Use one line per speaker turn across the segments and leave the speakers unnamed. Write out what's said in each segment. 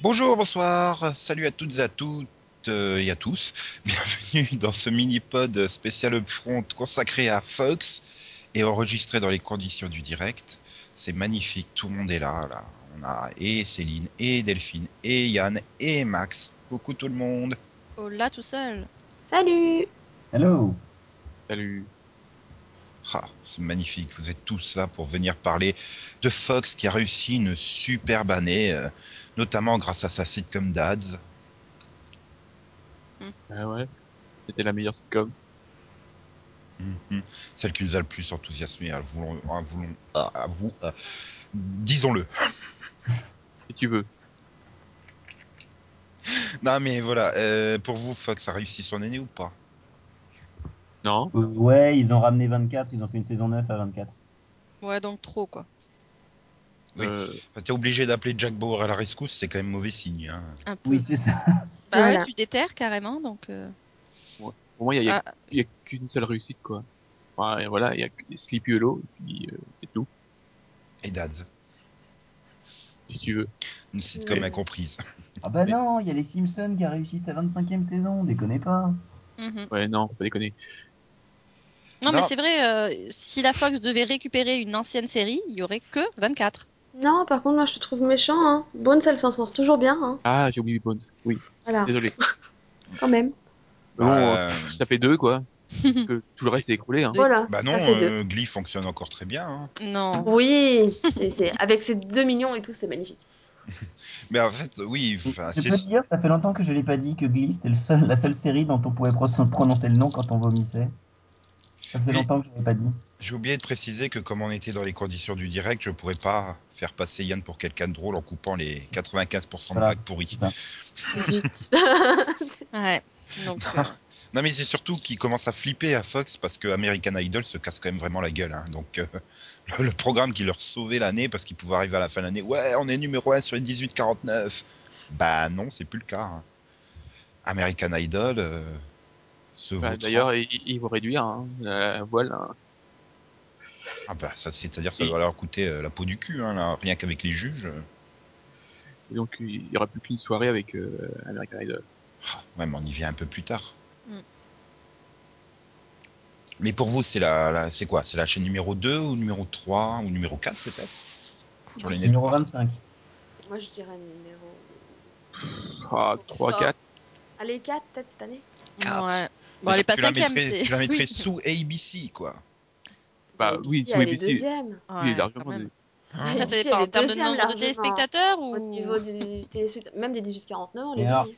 Bonjour, bonsoir, salut à toutes et à toutes euh, et à tous. Bienvenue dans ce mini-pod spécial Upfront consacré à Fox et enregistré dans les conditions du direct. C'est magnifique, tout le monde est là, là. On a et Céline, et Delphine, et Yann, et Max. Coucou tout le monde.
Oh là tout seul.
Salut
Hello
Salut.
Ah, c'est magnifique, vous êtes tous là pour venir parler de Fox qui a réussi une superbe année, euh, notamment grâce à sa sitcom Dads.
Ah ouais. C'était la meilleure sitcom.
Mhm. Celle qui nous a le plus enthousiasmé, à voulons, à voulons- ah, à- à vous, à- disons-le.
Si tu veux.
Non mais voilà, euh, pour vous, Fox a réussi son année ou pas
Non.
Euh, Ouais, ils ont ramené 24, ils ont fait une saison 9 à 24.
Ouais, donc trop quoi.
Oui.
Euh,
Enfin, T'es obligé d'appeler Jack Bauer à la rescousse, c'est quand même mauvais signe. hein.
Un peu.
Oui, c'est ça.
Bah
Voilà.
ouais, tu déterres carrément donc. euh,
pour moi, il y a,
Ah.
il y a qu'une seule réussite, quoi. Ouais, et voilà, il y a que Sleepy Hollow, et puis euh, c'est tout,
Et Dads,
si tu veux.
une sitcom
Oui.
incomprise.
Ah bah non, il y a les Simpsons qui a réussi sa 25e saison, déconnez pas.
mhm.
Ouais, non, faut pas déconner.
non, mais
Non.
c'est vrai, euh, si la Fox devait récupérer une ancienne série, il y aurait que 24.
Non, par contre, moi je te trouve méchant. Hein. Bones, elle s'en sort toujours bien. Hein.
Ah, j'ai oublié Bones. Oui,
Voilà,
désolé.
quand même.
Mais bon,
Euh,
euh, ça fait deux, quoi. Parce que tout le reste est écroulé, hein.
Voilà.
Bah
ça
non,
fait deux.
euh, Glee fonctionne encore très bien. hein.
Non.
Oui, c'est- c'est- avec ses 2 millions et tout, c'est magnifique.
Mais en fait, oui, enfin,
Je
c'est...
peux te dire, ça fait longtemps que je l'ai pas dit que Glee c'était le seul, la seule série dont on pouvait pro- prononcer le nom quand on vomissait. Ça faisait
Oui.
longtemps que je l'ai pas dit.
j'ai oublié de préciser que comme on était dans les conditions du direct, je pourrais pas faire passer Yann pour quelqu'un de drôle en coupant les 95% de
Voilà.
blagues pourries.
C'est ça.
Zut.
Ouais. Donc, euh,
Non mais c'est surtout qu'il commence à flipper à Fox parce que American Idol se casse quand même vraiment la gueule. hein. Donc euh, le, le programme qui leur sauvait l'année parce qu'ils pouvaient arriver à la fin de l'année, ouais on est numéro 1 sur les 18-49. Bah non c'est plus le cas. hein. American Idol euh, se
Bah,
vaut
D'ailleurs, ils, ils vont réduire hein, la voile. hein.
Ah bah ça c'est-à-dire ça doit leur coûter euh, la peau du cul hein, là, rien qu'avec les juges. euh.
Et donc, il y aura plus qu'une soirée avec euh, American Idol.
Ah, Ouais mais on y vient un peu plus tard.
Mm.
Mais pour vous c'est la, la- c'est quoi C'est la chaîne numéro 2 ou numéro 3 ou numéro 4 peut-être sur les
Numéro
networks
25.
moi je dirais numéro.
Ah, 3,
Oh.
4.
Allez, 4 peut-être cette année
Quatre.
ouais. Bon, elle est pas
tu la
cinquième,
mettrais,
c'est.
tu la mettrais
Oui.
sous ABC, quoi.
Bah
ABC,
oui, sous
elle est
ABC.
deuxième.
oui,
Ouais,
largement
quand même.
des-
Hein
Après, Ah, ça
ABC,
dépend
elle
en
est
termes de
deuxième
nombre
largement.
de téléspectateurs
Au
ou.
niveau des téléspectateurs, même des 18-49,
Et
les
alors
filles.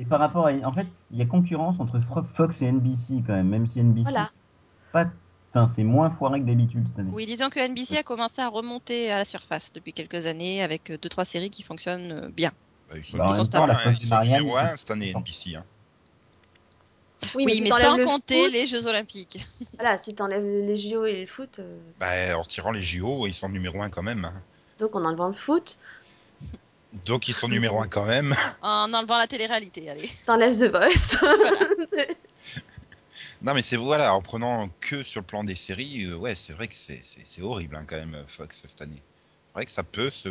Et par rapport à. En fait, il y a concurrence entre Fro- Fox et NBC quand même, même si NBC.
Voilà.
c'est Pas... Enfin, c'est moins foiré que d'habitude cette année.
Oui, disons que NBC a commencé à remonter à la surface depuis quelques années avec euh, deux trois séries qui fonctionnent euh, bien.
Bah, Ils sont,
Bah,
en même temps,
numéro
la
un,
Fox
ils
de
sont
Marianne,
numéro
ils
un
sont-
cette année, NBC. hein.
Oui,
si
mais
t'enlèves
sans
le
compter
foot,
les Jeux Olympiques.
Voilà, si t'enlèves les JO et le foot, euh,
Bah, en tirant les JO, ils sont numéro un quand même. hein.
donc en enlevant le foot,
Donc, ils sont numéro un quand même.
En enlevant la télé-réalité, allez.
t'enlèves The Voice.
Non, mais c'est voilà, en prenant que sur le plan des séries, euh, ouais, c'est vrai que c'est- c'est c'est horrible hein, quand même, euh, Fox, cette année. C'est vrai que ça peut se.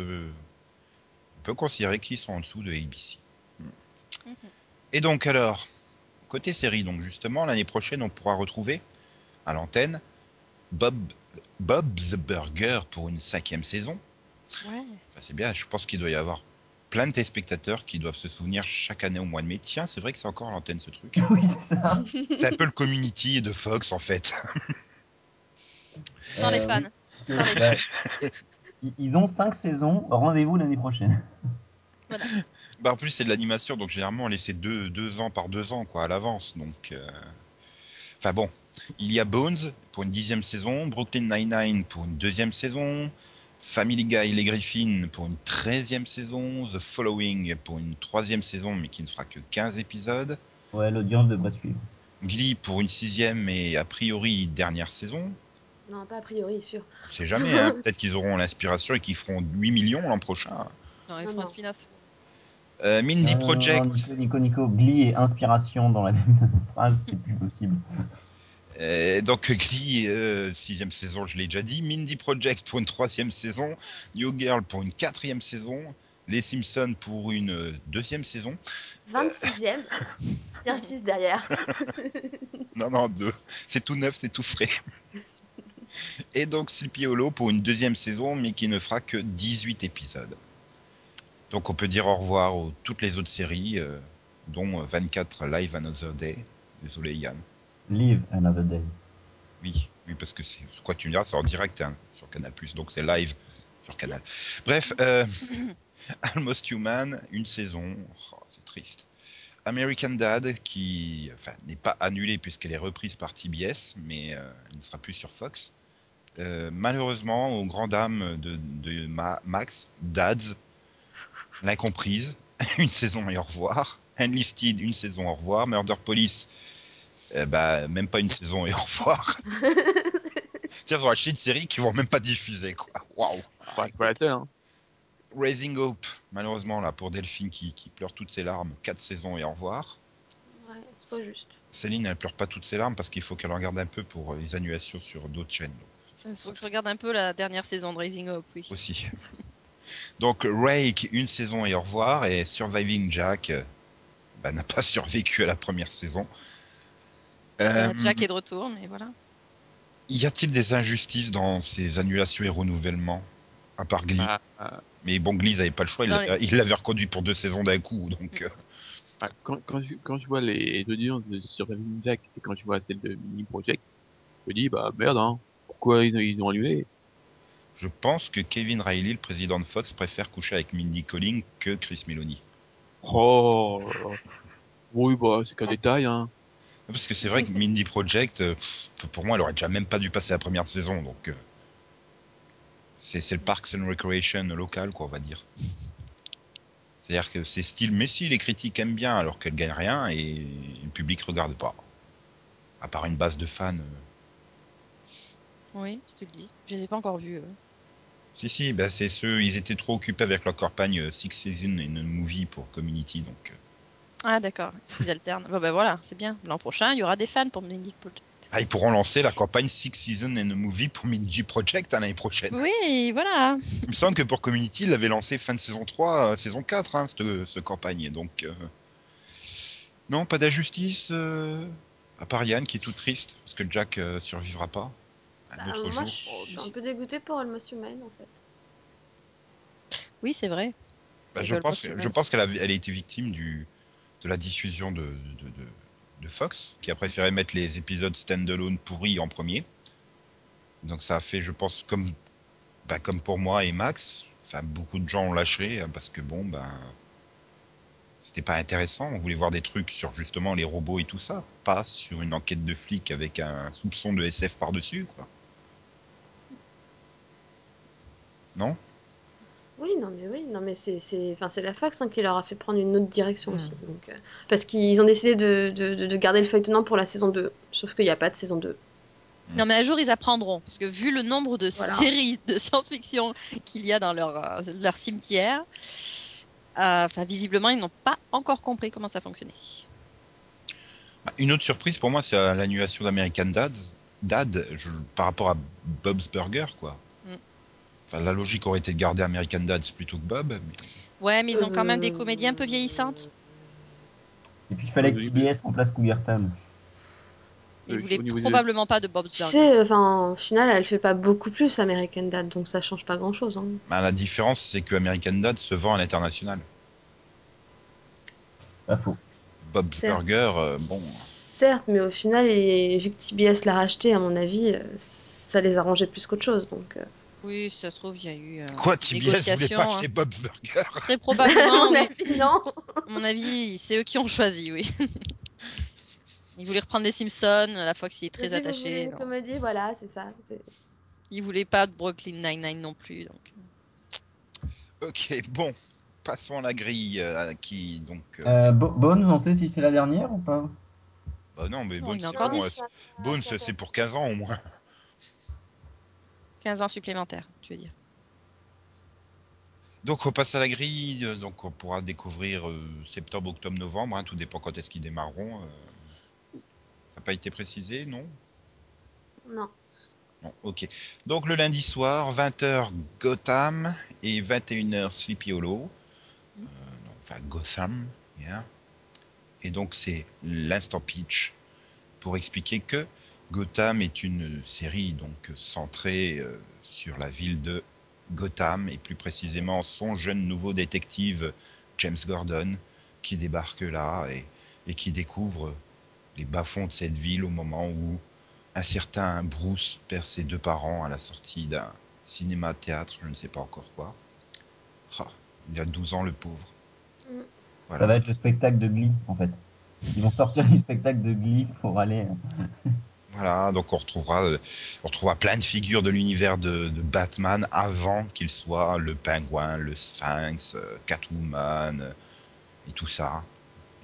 On peut considérer qu'ils sont en dessous de ABC. Hmm.
Mhm.
Et donc, alors, côté série, donc justement, l'année prochaine, on pourra retrouver à l'antenne Bob, Bob's Burger pour une cinquième saison.
Ouais.
Enfin, c'est bien, je pense qu'il doit y avoir plein de téléspectateurs qui doivent se souvenir chaque année au mois de mai. Tiens, c'est vrai que c'est encore à l'antenne ce truc.
Oui, c'est ça.
c'est un peu le community de Fox en fait.
Sans les
Euh,
fans.
que- bah, ils- Ils ont 5 saisons, rendez-vous l'année prochaine.
Bah, en plus, c'est de l'animation, donc généralement, on laissait deux, deux ans par deux ans quoi, à l'avance. Donc, euh, Enfin bon, il y a Bones pour une dixième saison, Brooklyn Nine-Nine pour une deuxième saison, Family Guy Les Griffins pour une treizième saison, The Following pour une troisième saison, mais qui ne fera que 15 épisodes.
Ouais, l'audience devrait suivre.
Glee pour une sixième et a priori dernière saison.
non, pas a priori, sûr.
On sait jamais, hein. peut-être qu'ils auront l'inspiration et qu'ils feront 8 millions l'an prochain.
Non, ils
Non,
font un
non.
spin-off.
Euh, Mindy
Non, non, non,
Project,
Nico, Nico, Nico, Glee et inspiration dans la même phrase, c'est plus possible.
euh, donc Glee, euh, sixième saison, je l'ai déjà dit. Mindy Project pour une troisième saison. New Girl pour une quatrième saison. Les Simpsons pour une euh, deuxième saison.
26ème. Il y a un 6 derrière.
Non, non, deux. C'est tout neuf, c'est tout frais. Et donc Sleepy Hollow pour une deuxième saison, mais qui ne fera que 18 épisodes. Donc on peut dire au revoir aux toutes les autres séries, euh, dont euh, 24 Live Another Day. Désolé Yann.
Live Another Day.
Oui, oui, parce que c'est quoi tu me diras, c'est en direct hein, sur Canal donc c'est live sur Canal. Bref, euh, Almost Human, une saison, Oh, c'est triste. American Dad, qui enfin, n'est pas annulée puisqu'elle est reprise par TBS, mais euh, elle ne sera plus sur Fox. Euh, malheureusement, aux grandes dames de, de Ma- Max, Dads, l'incomprise, une saison et au revoir. Enlisted, une saison au revoir. Murder Police, euh, bah, même pas une saison et au revoir. Tiens, ils ont acheté une série qu'ils vont même pas diffuser, quoi. Waouh!
Enfin, c'est pas la seule, hein.
Raising Hope, malheureusement, là, pour Delphine qui, qui pleure toutes ses larmes, 4 saisons et au revoir.
Ouais, c'est pas juste.
Céline, elle pleure pas toutes ses larmes parce qu'il faut qu'elle regarde un peu pour euh, les annulations sur d'autres chaînes
Il faut que je regarde un peu la dernière saison de Raising Up, oui.
aussi. Donc, Rake, une saison et au revoir, et Surviving Jack euh, bah, n'a pas survécu à la première saison. Euh,
Euh, Jack est de retour, mais voilà.
Y a-t-il des injustices dans ces annulations et renouvellements À part Glee.
Ah, ah,
Mais bon, Glee, ils n'avaient pas le choix, il
Dans
l'avait- il l'avait reconduit pour deux saisons d'un coup, donc. euh,
ah, quand, quand, je, quand je vois les audiences de Surviving Jack et quand je vois celle de Mini Project, je me dis, bah merde, hein. Pourquoi ils, ils ont annulé
Je pense que Kevin Riley, le président de Fox, préfère coucher avec Mindy Colling que Chris Meloni.
Oh Oui, bah c'est qu'un détail, hein.
Parce que c'est vrai que Mindy Project, euh, pff, pour moi, elle aurait déjà même pas dû passer la première saison. Donc, euh, c'est c'est le Parks and Recreation local, quoi, on va dire. C'est-à-dire que c'est style, mais si les critiques aiment bien alors qu'elle gagne rien et le public regarde pas. À part une base de fans. euh.
Oui, je te le dis. Je les ai pas encore vus. eux.
Si, si, bah c'est ceux, ils étaient trop occupés avec leur campagne euh, Six Seasons and a Movie pour Community, donc. euh,
Ah, d'accord. Ils alternent. Bon, ben voilà, c'est bien. L'an prochain, il y aura des fans pour Mindy Project.
Ah, ils pourront lancer la campagne Six Seasons and a Movie pour Mindy Project hein, l'année prochaine.
Oui, voilà.
Il me semble que pour Community, il l'avait lancé fin de saison 3, euh, saison 4, hein, cette, ce campagne. Donc, euh, non, pas d'injustice, euh, à part Yann qui est tout triste, parce que Jack euh, survivra pas. Un
Bah,
autre
moi,
jour.
je
Oh,
suis un peu dégoûtée pour Almost Human en fait.
Oui, c'est vrai.
Bah, je
rigole pas
pense,
sur
que-
le-
je pense qu'elle a, elle a été victime du, de la diffusion de, de, de- de Fox, qui a préféré mettre les épisodes standalone pourris en premier. Donc ça a fait, je pense, comme, bah, comme pour moi et Max, enfin, beaucoup de gens ont lâché hein, parce que bon, ben c'était pas intéressant. On voulait voir des trucs sur justement les robots et tout ça, pas sur une enquête de flic avec un soupçon de SF par-dessus, quoi. Non
Oui, non, mais oui, non, mais c'est, c'est, enfin, c'est la fax hein, qui leur a fait prendre une autre direction
Mm.
aussi. Donc, euh, parce qu'ils ont décidé de, de, de- de garder le feuilletonnant pour la saison 2. Sauf qu'il n'y a pas de saison 2.
Non, mais un jour, ils apprendront. Parce que vu le nombre de
Voilà.
séries de science-fiction qu'il y a dans leur, euh, leur cimetière, euh, enfin, visiblement, ils n'ont pas encore compris comment ça fonctionnait.
Bah, Une autre surprise pour moi, c'est euh, l'annulation d'American Dads. Dad, je- par rapport à Bob's Burger, quoi.
Mm.
Enfin, la logique aurait été de garder American Dads plutôt que Bob. Mais...
Ouais, mais ils ont quand même
Euh,
des comédies un peu vieillissantes.
Et puis il fallait que
Oui.
TBS remplace Cougartown.
Ils
Oui,
voulaient
Euh, au niveau des-
probablement pas de Bob's
Tu
Burgers.
sais, enfin, au final, elle fait pas beaucoup plus American Dad, donc ça change pas grand chose. Hein.
Bah, la différence, c'est que American Dads se vend à l'international.
Pas faux.
Bob's
Certes.
Burger, euh, bon.
Certes, mais au final, et, vu que TBS l'a racheté, à mon avis, euh, ça les arrangeait plus qu'autre chose. Donc, euh,
Oui, si ça se trouve, il y a eu. euh,
Quoi, TBS voulait
négociation,
pas
hein.
acheter Bob's Burger
Très probablement,
mon
mais
avis, non.
à mon avis, c'est eux qui ont choisi, oui. Ils voulaient reprendre les Simpsons, la Fox y est
Si
très
vous voulez
attachée.
une
non.
comédie, voilà, c'est ça. c'est-
Ils voulaient pas de Brooklyn Nine-Nine non plus. Donc.
Ok, bon. Passons à la grille euh, qui, donc. euh,
Euh, Bo- Bones, on sait si c'est la dernière ou pas
bah non, mais
Non,
Bones,
il a
c'est
encore
bon,
dit
euh,
ça.
Bones, c'est pour 15 ans au moins.
15 ans supplémentaires, tu veux dire.
Donc on passe à la grille, euh, donc on pourra découvrir euh, septembre, octobre, novembre, hein, tout dépend quand est-ce qu'ils démarreront. euh. Ça n'a pas été précisé, non
Non.
Bon, ok. Donc le lundi soir, 20h Gotham et 21h Sleepy Hollow. Euh, enfin Gotham, yeah. et donc c'est l'instant pitch pour expliquer que Gotham est une série donc centrée euh, sur la ville de Gotham et plus précisément son jeune nouveau détective James Gordon qui débarque là et, et qui découvre les bas-fonds de cette ville au moment où un certain Bruce perd ses deux parents à la sortie d'un cinéma-théâtre, je ne sais pas encore quoi. Ah, il a 12 ans le pauvre.
Mm.
Voilà.
Ça va être le spectacle de Glee, en fait. Ils vont sortir du spectacle de Glee pour aller. euh,
Voilà, donc on retrouvera, euh, on retrouvera plein de figures de l'univers de, de Batman avant qu'il soit le pingouin, le sphinx, euh, Catwoman euh, et tout ça.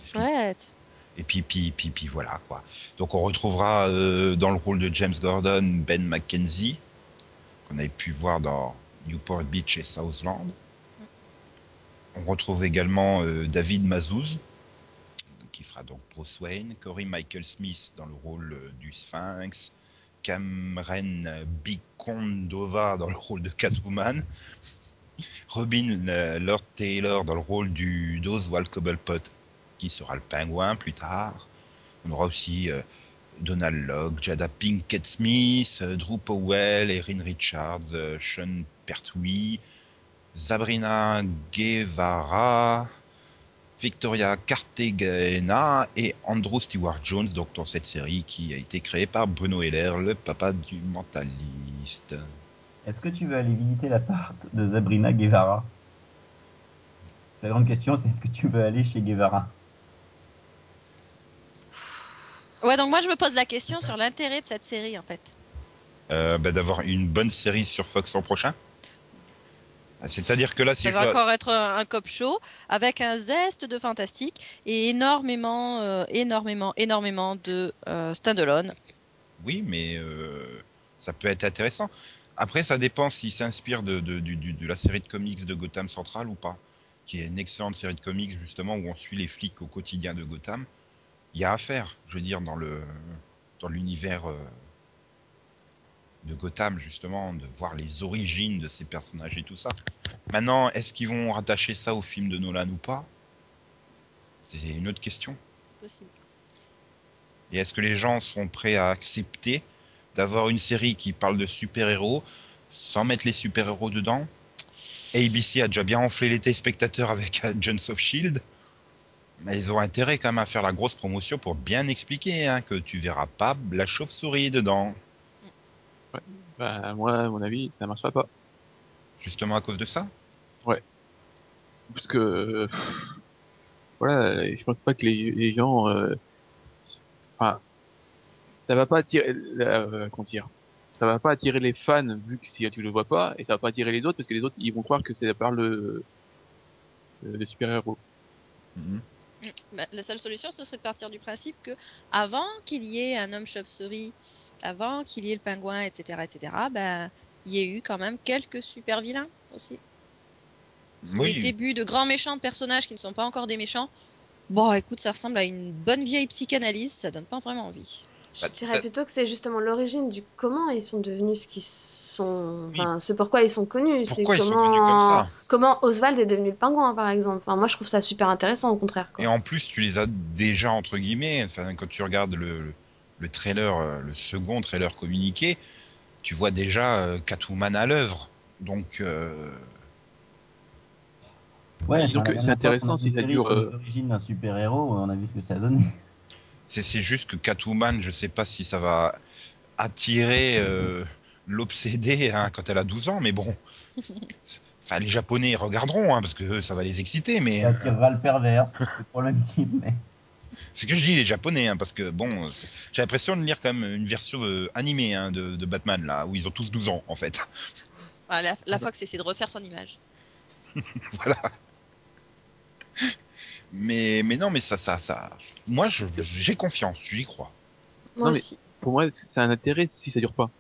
Chouette.
Et puis, puis, puis, puis voilà quoi. Donc on retrouvera euh, dans le rôle de James Gordon Ben McKenzie, qu'on avait pu voir dans Newport Beach et Southland. On retrouve également euh, David Mazouz, qui fera donc Bruce Wayne, Corey Michael Smith dans le rôle euh, du Sphinx, Cameron Bicondova dans le rôle de Catwoman, Robin euh, Lord Taylor dans le rôle du d'Oswald Cobblepot qui sera le pingouin plus tard. On aura aussi euh, Donald Locke, Jada Pinkett Smith, euh, Drew Powell, Erin Richards, euh, Sean Pertwee, Sabrina Guevara, Victoria Cartagena et Andrew Stewart Jones, donc dans cette série qui a été créée par Bruno Heller, le papa du mentaliste.
Est-ce que tu veux aller visiter l'appart de Sabrina Guevara Sa grande question, c'est est-ce que tu veux aller chez Guevara
Ouais, donc moi je me pose la question sur l'intérêt de cette série en fait.
Euh, bah, D'avoir une bonne série sur Fox l'an prochain Ah, c'est-à-dire que là, si
Ça
je
va
dois-
encore être un, un cop show avec un zeste de fantastique et énormément, euh, énormément, énormément de euh, stand-alone.
Oui, mais euh, ça peut être intéressant. Après, ça dépend s'il s'inspire de, de- du- du- de la série de comics de Gotham Central ou pas, qui est une excellente série de comics justement où on suit les flics au quotidien de Gotham. Il y a à faire, je veux dire, dans le dans l'univers euh, de Gotham justement, de voir les origines de ces personnages et tout ça. Maintenant, est-ce qu'ils vont rattacher ça au film de Nolan ou pas C'est une autre question.
Possible.
Et est-ce que les gens seront prêts à accepter d'avoir une série qui parle de super-héros sans mettre les super-héros dedans ABC a déjà bien enflé les téléspectateurs avec Agents of Shield. E Mais ils ont intérêt quand même à faire la grosse promotion pour bien expliquer hein, que tu verras pas la chauve-souris dedans.
Bah, moi, à mon avis, ça marchera pas.
Justement à cause de ça
Parce que, euh, pff, voilà, euh, je pense pas que les, les gens, euh, enfin, ça va pas attirer, euh, comment dire, ça va pas attirer les fans vu que si tu le vois pas, et ça va pas attirer les autres parce que les autres, ils vont croire que c'est parle euh, euh, de super-héros.
Mhm.
Bah, la seule solution, ce serait de partir du principe que avant qu'il y ait un homme chauve-souris, avant qu'il y ait le pingouin, etc., etc., ben, il y a eu quand même quelques super vilains aussi. Les débuts de grands méchants de personnages qui ne sont pas encore des méchants. Bon, écoute, ça ressemble à une bonne vieille psychanalyse, ça donne pas vraiment envie.
Bah,
Je dirais plutôt que c'est justement l'origine du comment ils sont devenus ce qu'ils sont.
Oui.
Enfin, ce pourquoi ils sont connus. c'est
Pourquoi ils sont
comment-
devenus comme ça
Comment Oswald est devenu le pingouin, par exemple. Enfin, moi, je trouve ça super intéressant, au contraire. quoi.
Et en plus, tu les as déjà entre guillemets. Enfin, quand tu regardes le, le- le trailer, euh, le second trailer communiqué, tu vois déjà euh, Catwoman à l'œuvre. Donc, euh,
Ouais,
Disons
enfin, la
que c'est
dernière fois qu'on
intéressant
a fait
si
une
ça
série
dure,
sur les
euh,
origines d'un super-héros, on a vu ce que ça donne.
c'est c'est juste que Catwoman, je sais pas si ça va attirer euh, l'obsédé hein, quand elle a 12 ans, mais bon. Enfin, les Japonais regarderont, hein, parce que ça va les exciter, mais
Ça attirera le pervers, c'est pour le type, mais.
c'est que je dis les Japonais, hein, parce que bon, c'est- j'ai l'impression de lire quand même une version euh, animée hein, de, de Batman, là, où ils ont tous 12 ans, en fait.
Ah, la, la Fox essaie de refaire son image.
voilà. Mais, mais non, mais ça, ça, ça. Moi, je- j'ai confiance, j'y crois.
Moi
Non, mais-
aussi.
Pour moi, c'est un intérêt si ça dure pas.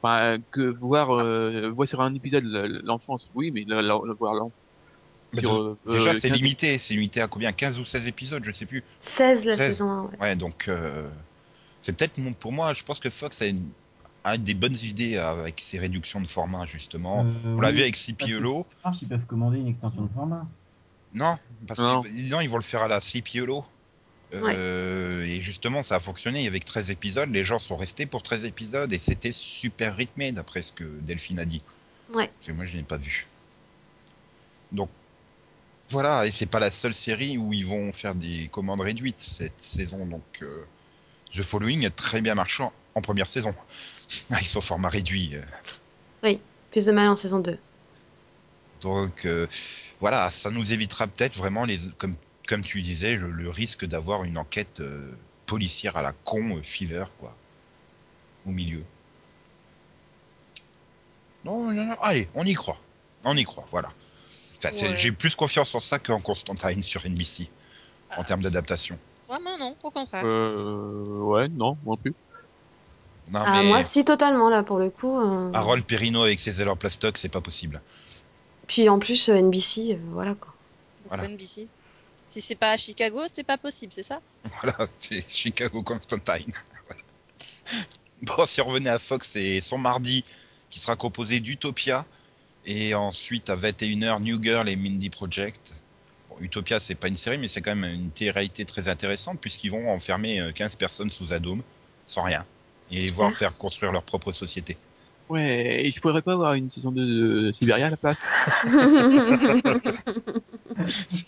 Enfin, que voir, euh, voir sur un épisode le- l'enfance, oui, mais le, le- le voir l'enfance.
Mais
sur, euh,
Déjà,
euh,
c'est
15
limité, c'est limité à combien 15 ou 16 épisodes, je sais plus.
16 la
16.
saison 1. ouais.
Ouais, donc euh, c'est peut-être mon- pour moi, je pense que Fox a, une- a des bonnes idées avec ses réductions de format, justement.
Euh,
On l'a
oui,
vu avec
parce que
Cipiolo.
si ça marche, ils peuvent commander une extension de format.
Non, parce
Non.
qu'ils non, ils vont le faire à la Sleep YOLO. Euh, Et justement, ça a fonctionné. Il y avait que 13 épisodes. Les gens sont restés pour 13 épisodes et c'était super rythmé, d'après ce que Delphine a dit.
Ouais.
Parce que moi, je n'ai pas vu. Donc, voilà. Et c'est pas la seule série où ils vont faire des commandes réduites cette saison. Donc, euh, The Following a très bien marché en- en première saison. Ils sont au format réduit. euh.
Plus de mal en saison 2.
Donc euh, voilà, ça nous évitera peut-être vraiment, les, comme, comme tu disais, le, le risque d'avoir une enquête euh, policière à la con, euh, filler, quoi, au milieu. Non, non, non, allez, on y croit. On y croit, voilà. Enfin, c'est-
Ouais.
J'ai plus confiance en ça qu'en Constantine sur NBC, en termes d'adaptation.
Vraiment non, au contraire.
Euh, ouais, non, moi non plus.
Non,
Ah,
mais
moi, si, totalement, là, pour le coup. euh,
Harold Perrino avec ses ailes en plastoc, c'est pas possible.
Puis en plus, euh, NBC, euh, voilà quoi.
voilà.
NBC. Si c'est pas à Chicago, c'est pas possible, c'est ça
Voilà, c'est Chicago Constantine. Voilà. Bon, si on revenait à Fox, c'est son mardi qui sera composé d'Utopia et ensuite à 21h New Girl et Mindy Project. Bon, Utopia, c'est pas une série, mais c'est quand même une télé-réalité très intéressante puisqu'ils vont enfermer euh, 15 personnes sous un dôme sans rien et les voir faire construire leur propre société.
Ouais, et je pourrais pas avoir une saison 2 de Siberia à la place.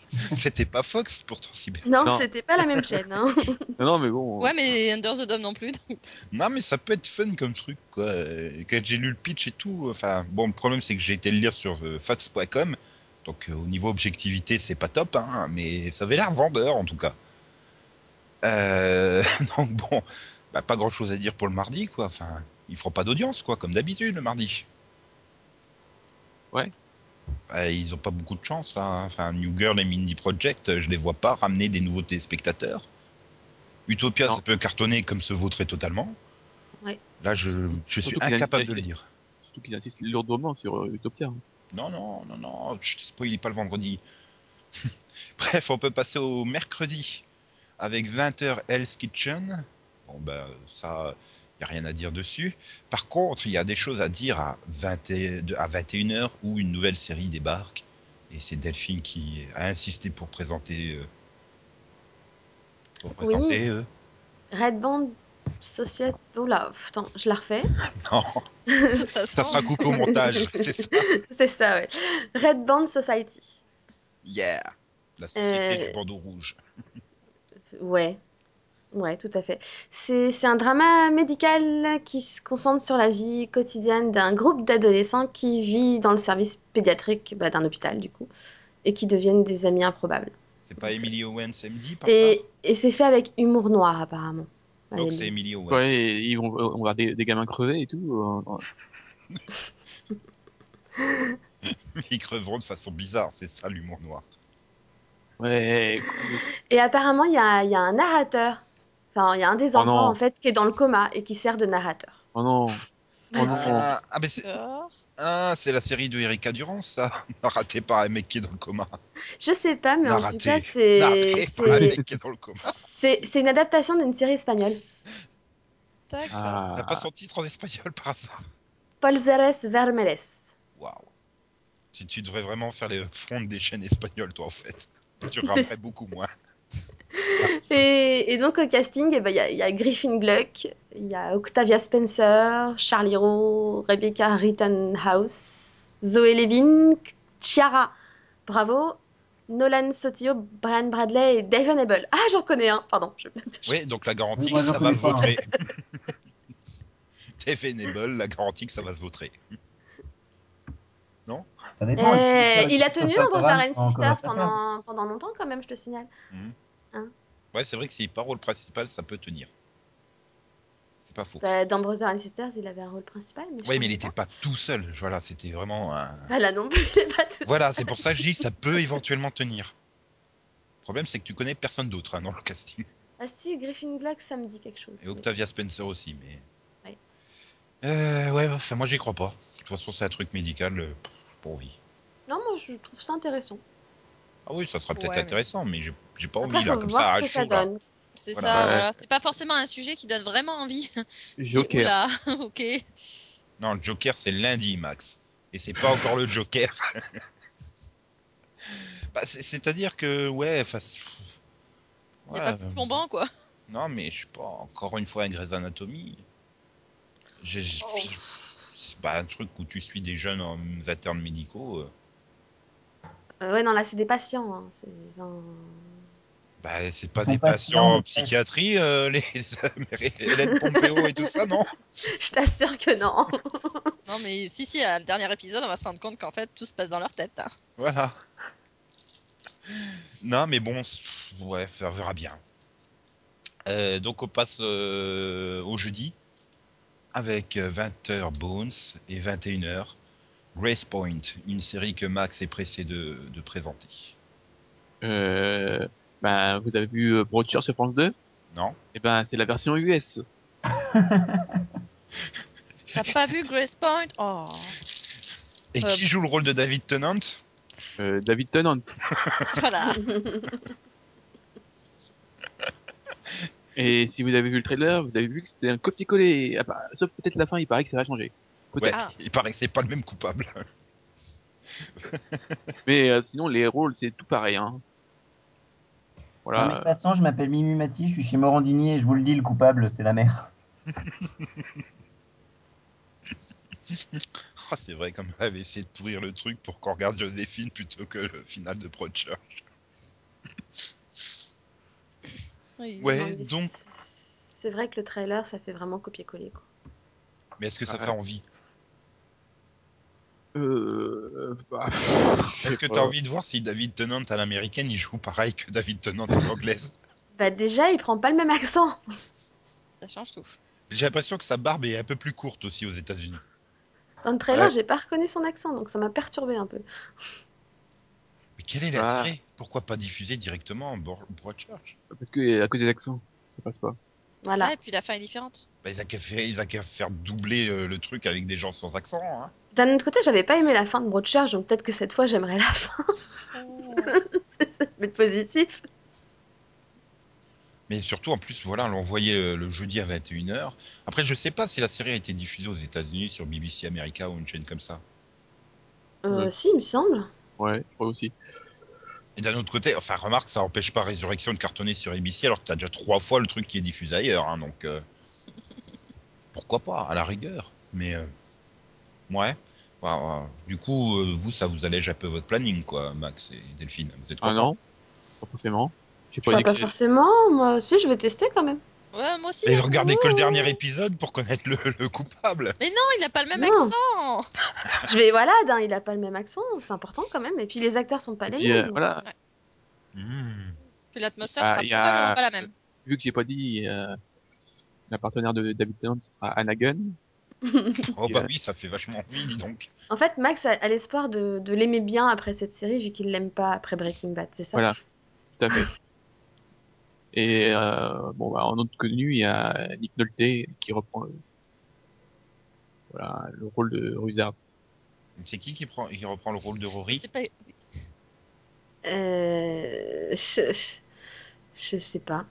C'était pas Fox pourtant si bien.
non,
Non.
c'était pas la même chaîne. Hein.
Non, non, mais bon. euh,
Ouais, mais Under the Dome non plus. donc-
Non, mais ça peut être fun comme truc, quoi. Euh, Quand j'ai lu le pitch et tout, enfin, bon, le problème, c'est que j'ai été le lire sur euh, fox.com, donc euh, au niveau objectivité, c'est pas top, hein, mais ça avait l'air vendeur, en tout cas. Euh, donc bon, bah, pas grand chose à dire pour le mardi, quoi. Enfin, ils feront pas d'audience, quoi, comme d'habitude, le mardi.
Ouais.
Bah, ils ont pas beaucoup de chance, là. hein. Enfin, New Girl et Mindy Project, euh, je les vois pas ramener des nouveaux téléspectateurs. Utopia,
Non.
ça peut cartonner comme se vautrer totalement. Là, je, je suis
Surtout qu'il a une
incapable de le
qualité.
dire.
Surtout qu'il insiste lourdement sur euh, Utopia.
Non, non, non, non, je te spoil pas le vendredi. Bref, on peut passer au mercredi avec 20h Hell's Kitchen. Bon, ben, ça, il a rien à dire dessus. Par contre, il y a des choses à dire à, 20 et- de- à 21h où une nouvelle série débarque. Et c'est Delphine qui a insisté pour présenter. euh, pour présenter. euh,
Red Band Society. Oh là, pff, attends, je la refais.
Non,
De toute façon,
ça sera coupé au montage, c'est ça.
C'est ça, ouais. Red Band Society.
Yeah! La société
Euh,
du bandeau rouge.
Ouais. Ouais, tout à fait. C'est c'est un drama médical qui se concentre sur la vie quotidienne d'un groupe d'adolescents qui vit dans le service pédiatrique bah, d'un hôpital, du coup, et qui deviennent des amis improbables.
C'est pas Emily Owens MD par
Et, et c'est fait avec humour noir, apparemment.
ça Donc
Allez,
c'est Emily Owens.
Ouais, et ils vont, euh, on va voir des, des gamins crever et tout. euh,
Ils creveront de façon bizarre, c'est ça l'humour noir.
ouais,
Et apparemment, il y a, il y a un narrateur. Enfin, il y a un des
Oh
enfants,
non.
en fait, qui est dans le coma et qui sert de narrateur.
oh non. Oh non.
Ah, ah, mais c'est
d'accord.
ah, c'est la série de Erika Durand, ça. Raté par un mec qui est dans le coma.
Je sais pas, mais en
Narraté.
tout cas,
Raté
c'est-
par un
c'est
mec qui est dans le coma.
c'est- c'est une adaptation d'une série espagnole.
Tac.
Ah.
T'as pas son titre en espagnol par hasard
Polzeres Vermeles.
Waouh. Tu, tu devrais vraiment faire les fronts des chaînes espagnoles, toi, en fait. Tu ramerais beaucoup moins.
Et, et donc, au casting, eh ben, il y, a- il y a Griffin Gluck, il y a Octavia Spencer, Charlie Rowe, Rebecca Rittenhouse, Zoé Levin, Chiara Bravo, Nolan Sotillo, Brian Bradley et Daven Abel. Ah, j'en connais un, pardon. je-
Oui, donc la garantie
Oui,
que
moi, j'en
ça va se
connais pas,
vautrer. Defenable, la garantie que ça va se vautrer.
Ça dépend.
Eh,
Christophe-
il a tenu
Christophe
en Brothers
Abraham
and
en
Sisters
Color Papers.
pendant, pendant longtemps quand même, je te signale.
Ouais, c'est vrai que s'il pas rôle principal, ça peut tenir. C'est pas faux.
Bah, dans Brothers and Sisters, il avait un rôle principal. Mais je
Oui, mais il
pense
n'était pas tout seul. Voilà, c'était vraiment un.
pas. Bah, là non plus, il est pas tout
Voilà, c'est pour ça que je dis ça peut éventuellement tenir. Le problème, c'est que tu connais personne d'autre hein, dans le casting.
Ah si, Griffin Black, ça me dit quelque chose.
Et Octavia Spencer aussi, mais.
Ouais.
Euh, ouais, enfin, moi, j'y crois pas. De toute façon, c'est un truc médical. euh, pff, Pas envie.
Non, moi je trouve ça intéressant.
Ah oui, ça sera peut-être
Ouais, mais-
intéressant, mais j'ai j'ai pas
Après,
envie, là,
faut
Oh, comme
voir
ça, à
ce que ça
chaud, là.
donne.
C'est
Voilà.
ça,
Ouais.
voilà. C'est pas forcément un sujet qui donne vraiment envie.
Joker.
Oula, ok.
Non, le Joker, c'est lundi, Max. Et c'est pas encore le Joker. Bah, c'est- C'est-à-dire que, ouais, enfin. c'est-
Il n'y a
ouais,
pas
euh,
plus plombant, quoi.
Non, mais je sais pas, encore une fois, à Grey's Anatomy. J'ai- j'ai-
Oh.
C'est pas un truc où tu suis des jeunes en internes médicaux. euh,
Euh, ouais, non, là, c'est des patients. hein, c'est- enfin,
Bah, c'est pas
Ils sont
des
pas
patients en
scients,
psychiatrie, euh, les Hélène Pompeo et tout ça, non
Je t'assure que non.
Non, mais si, si, à le dernier épisode, on va se rendre compte qu'en fait, tout se passe dans leur tête. hein.
Voilà. Non, mais bon, c'est- ouais, on verra bien. Euh, donc, on passe euh, au jeudi avec euh, 20h Bones et 21h Grace Point, une série que Max est pressé de, de présenter.
Euh, ben, vous avez vu euh, Broadchurch sur France 2
Non
Eh ben, c'est la version US.
T'as pas vu Grace Point Oh
Et
Euh,
qui joue le rôle de David Tennant
Euh, David Tennant.
Voilà
Et si vous avez vu le trailer, vous avez vu que c'était un copier-coller. Ah, bah, sauf peut-être la fin, il paraît que ça va changer.
Ouais,
Peut-être.
Ah.
il paraît que c'est pas le même coupable.
Mais euh, sinon, les rôles, c'est tout pareil. Hein.
Non, mais de
Ah,
Voilà.
toute façon, je m'appelle Mimi Mati, je suis chez Morandini et je vous le dis, le coupable, c'est la mère.
Ah, c'est vrai, comme elle avait essayé de pourrir le truc pour qu'on regarde Joséphine plutôt que le final de Broadchurch.
Oui.
Ouais,
Non, mais
donc-
c'est- C'est vrai que le trailer, ça fait vraiment copier-coller. quoi.
Mais est-ce que ça
Ah.
fait envie
Euh, bah, je
Est-ce
sais
que tu
pas.
as envie de voir si David Tennant à l'américaine il joue pareil que David Tennant à l'anglaise
Bah, déjà, il prend pas le même accent.
Ça change tout.
J'ai l'impression que sa barbe est un peu plus courte aussi aux États-Unis.
Dans le trailer,
Ouais.
j'ai pas reconnu son accent, donc ça m'a perturbé un peu.
Mais quel est
Ah.
l'intérêt Pourquoi pas diffuser directement en Bor- Broadchurch
Parce que à cause des accents, ça passe pas.
Voilà.
Ça, et puis la fin est différente.
bah, Ils n'ont qu'à faire, ils ont qu'à faire doubler euh, le truc avec des gens sans accent. hein.
D'un autre côté, j'avais pas aimé la fin de Broadchurch, donc peut-être que cette fois, j'aimerais la fin. Mais de positif.
Mais surtout, en plus, voilà, on l'envoyait euh, le jeudi à 21h. Après, je sais pas si la série a été diffusée aux États-Unis sur BBC America ou une chaîne comme ça.
Euh,
Ouais.
Si, il me semble.
Ouais, je crois aussi.
Et d'un autre côté, enfin, remarque, ça empêche pas Résurrection de cartonner sur ABC alors que t'as déjà trois fois le truc qui est diffusé ailleurs, hein, donc euh, pourquoi pas, à la rigueur. Mais euh, ouais. Bah, euh, du coup, euh, vous, ça vous allège un peu votre planning, quoi, Max et Delphine. Vous êtes
Ah
contents
non, pas forcément. J'ai pas
Enfin,
dit
pas
que-
forcément. Moi, si, je vais tester quand même.
Ouais, moi aussi.
Mais
là.
regardez que le
Ouh.
dernier épisode pour connaître le, le coupable.
Mais non, il a pas le même
Non.
accent
Je vais, voilà, d'un, il a pas le même accent, c'est important quand même. Et puis les acteurs sont pas
Et
les
puis, euh,
mêmes.
voilà,
Hmm.
Puis l'atmosphère
Ah,
sera
il y a-
probablement pas la même.
vu que j'ai pas dit, euh, la partenaire de David Tennant ce sera Anna Gunn.
Oh
Et,
bah
euh,
oui, ça fait vachement envie, dis donc.
En fait, Max a, a l'espoir de, de l'aimer bien après cette série, vu qu'il l'aime pas après Breaking Bad, c'est ça
Voilà, tout à fait. Et euh, bon, bah, en autre connu, il y a Nick Nolte qui reprend le, voilà, le rôle de Ruzard.
C'est qui qui, prend, qui reprend le rôle de Rory
C'est pas...
Euh, Je sais pas.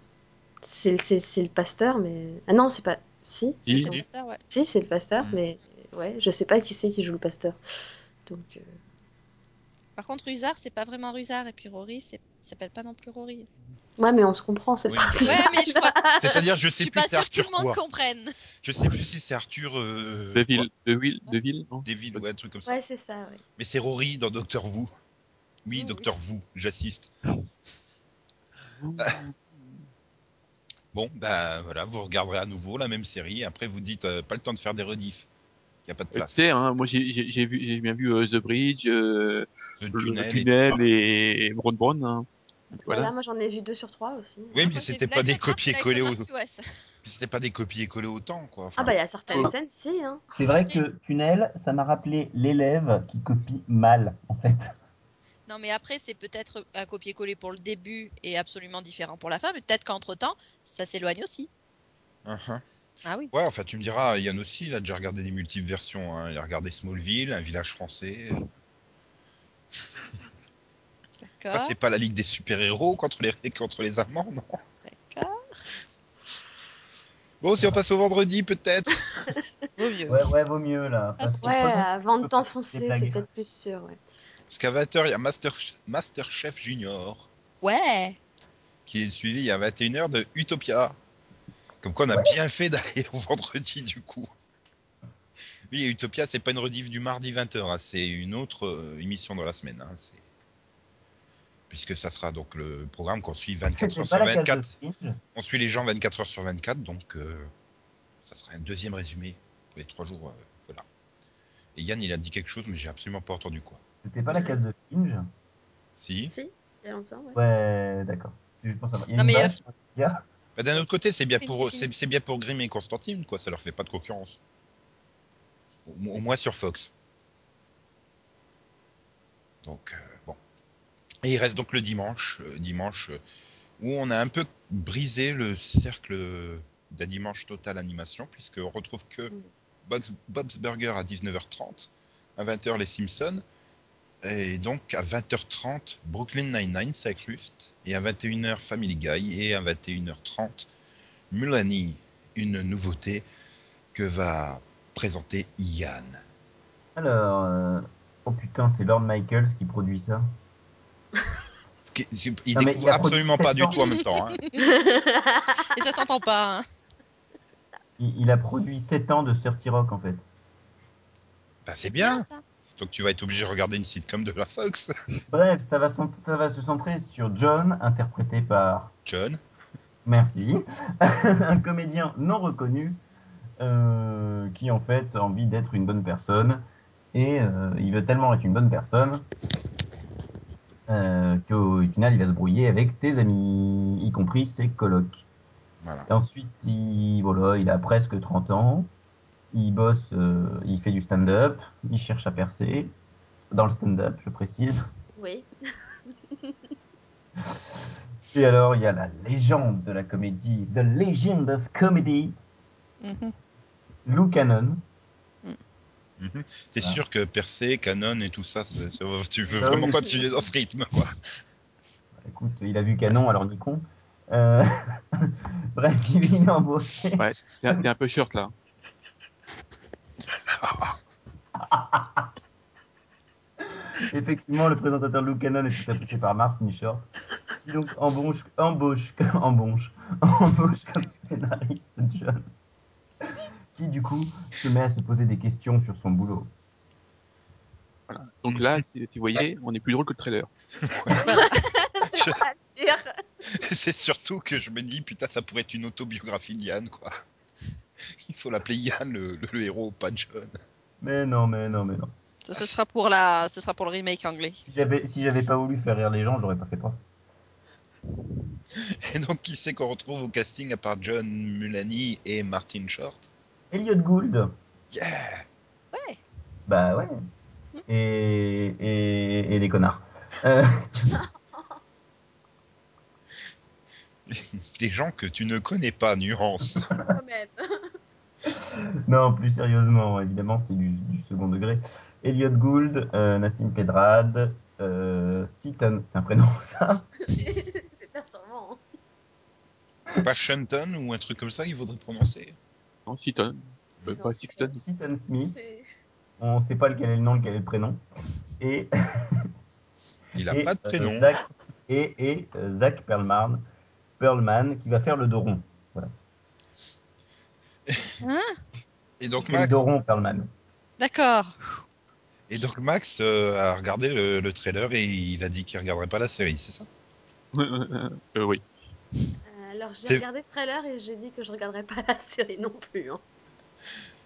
C'est le- c'est- c'est le pasteur, mais. Ah non, c'est pas. Si,
c'est-
Il-
c'est Master, ouais.
si, c'est le pasteur,
Mm.
mais ouais, je sais pas qui c'est qui joue le pasteur. Donc. euh,
Par contre, Ruzard, c'est pas vraiment Ruzard. Et puis Rory, c'est- s'appelle pas non plus Rory.
Ouais, mais on se comprend cette
Oui.
partie.
Ouais, mais je crois...
C'est-à-dire, je
Je
sais
suis
plus
pas
c'est
sûre que tout
Arthur
le monde
quoi.
comprenne.
Je sais plus si c'est Arthur. Euh,
De Ville, de Ville, de Ville, non
quoi, Deville, ouais, un truc comme ça.
Ouais, c'est ça, ouais.
Mais c'est Rory dans Docteur Who. Oui,
Oui,
Docteur Who, j'assiste. Bon, bah voilà, vous regarderez à nouveau la même série. Après, vous dites euh, pas le temps de faire des rediffs. Il n'y a pas de
Euh, Tu
place.
sais, hein, moi j'ai- j'ai j'ai vu, j'ai bien vu euh, The Bridge, euh,
Le
le
tunnel. et
tunnel,
tout ça.
et, Brown Brown. hein.
Voilà,
Voilà.
moi j'en ai vu deux sur trois aussi.
Oui, mais
Moi, j'ai
c'était
vu
pas des
Black Mirror,
copier-coller
Black
au...
Mirror US.
c'était pas des copier-coller autant quoi. Enfin,
Ah bah, il y a certaines
Voilà.
scènes, si, hein.
C'est vrai que Tunnel, ça m'a rappelé l'élève qui copie mal, en fait.
Non, mais après, c'est peut-être un copier-coller pour le début et absolument différent pour la fin, mais peut-être qu'entre-temps, ça s'éloigne aussi.
uh-huh.
Ah oui.
Ouais, enfin, tu me diras, Yann aussi, il a déjà regardé des multiples versions. hein. Il a regardé Smallville, un village français. Ah,
D'accord.
c'est pas la Ligue des super-héros contre les contre les Allemands, non
D'accord.
Bon, si on passe au vendredi, peut-être.
Vaut mieux.
Ouais, ouais, vaut mieux là.
Ah, c'est-
Ouais,
Parce que-
avant de
Des
t'enfoncer, c'est
blagues.
peut-être plus sûr, ouais.
Scavateur, il y a Master, Masterchef Junior
Ouais.
qui est suivi il y a 21h de Utopia. Comme quoi, on a bien fait d'aller au vendredi du coup. Oui, Utopia, c'est pas une rediff du mardi 20h, hein, c'est une autre euh, émission de la semaine. hein, c'est- Puisque ça sera donc le programme qu'on suit 24
C'était
h sur
pas la case de
24.
Fringe.
On suit les gens 24 heures sur 24, donc euh, ça serait un deuxième résumé pour les trois jours. euh, voilà. Et Yann, il a dit quelque chose, mais j'ai absolument pas entendu quoi.
C'était pas la case de Fringe.
Si
Il y a longtemps, ouais.
Ouais, d'accord. C'est juste pour savoir. Il y a
Non,
une
mais il y a-
base, il y a-
Bah, D'un autre côté, c'est bien
Une
pour
petite
c'est c'est bien pour Grimm et Constantine, quoi. Ça leur fait pas de concurrence. Au, au moins sur Fox. Donc euh, bon. Et il reste donc le dimanche, euh, dimanche euh, où on a un peu brisé le cercle d'un dimanche total animation, puisqu'on retrouve que
Mm.
Bob's, Bob's Burger à 19h30, à 20h les Simpsons, et donc à 20h30 Brooklyn Nine-Nine, Sacrust, et à 21h Family Guy, et à 21h30 Mulani, une nouveauté que va présenter Yann.
Alors, euh, oh putain, c'est Lord Michaels qui produit ça.
Ce qui- ce- il
Non, mais
découvre
il a produit
absolument pas du
700.
tout en même temps. hein.
Et ça s'entend pas. hein.
Il, il a produit 7 ans de Surty Rock en fait.
Bah, c'est bien.
ça.
Donc tu vas être obligé de regarder une sitcom de la Fox.
Bref, ça va, s'en- ça va se centrer sur John, interprété par
John.
Merci. un comédien non reconnu euh, qui en fait a envie d'être une bonne personne et euh, il veut tellement être une bonne personne euh, qu'au final il va se brouiller avec ses amis, y compris ses colocs.
Voilà.
Et ensuite, il, voilà, il a presque 30 ans. Il bosse, euh, il fait du stand-up, il cherche à percer. Dans le stand-up, je précise.
oui.
Et alors, il y a la légende de la comédie, The Legend of Comedy,
Mhm.
Lou Cannon.
Mhm. T'es
Voilà.
sûr que Percé, Canon et tout ça, c'est- c'est- tu veux
Ah
vraiment
oui.
continuer dans ce rythme quoi.
Écoute, il a vu Canon, alors ni con. Euh, Bref, il est embauché.
Ouais, t'es un, t'es un peu short là.
Effectivement, le présentateur Lou Cannon est interprété par Martin Short, qui donc embauche, embauche, embauche, embauche comme scénariste John, qui du coup se met à se poser des questions sur son boulot.
Donc là, si tu voyais, on est plus drôle que le trailer.
Ah, Absurde.
c'est surtout que je me dis putain ça pourrait être une autobiographie d'Yann quoi. Il faut l'appeler Yann le, le- le héros, pas John.
Mais non, mais non, mais non.
Ça, ce sera pour la, ce sera pour le remake anglais.
Si j'avais si j'avais pas voulu faire rire les gens, j'aurais pas fait ça.
Et donc qui c'est qu'on retrouve au casting à part John Mulany et Martin Short
Elliot Gould.
Yeah
Bah ouais. Et, et, et les connards. Euh,
Des gens que tu ne connais pas, nuance.
Quand même.
non, plus sérieusement, évidemment, c'était du, du second degré. Elliot Gould, euh, Nassim Pedrad, euh, Seaton, c'est un prénom ça
C'est perturbant.
C'est pas Shenton ou un truc comme ça qu'il faudrait prononcer
Non, Seaton. Euh,
Non.
pas Sixton.
Seaton Smith,
C'est-
on sait pas lequel est le nom, lequel est le prénom. Et,
Il a
et,
pas de
euh,
prénom.
Zach, et, et euh, Zach Perlman, Perlman, qui va faire le dos rond.
et, donc
Le
Max,
dos rond, Perlman.
D'accord.
et donc Max euh, a regardé le, le trailer et il a dit qu'il regarderait pas la série, c'est ça
euh, oui.
Euh, Alors, j'ai
C'est-
regardé le trailer et j'ai dit que je regarderais pas la série non plus. hein.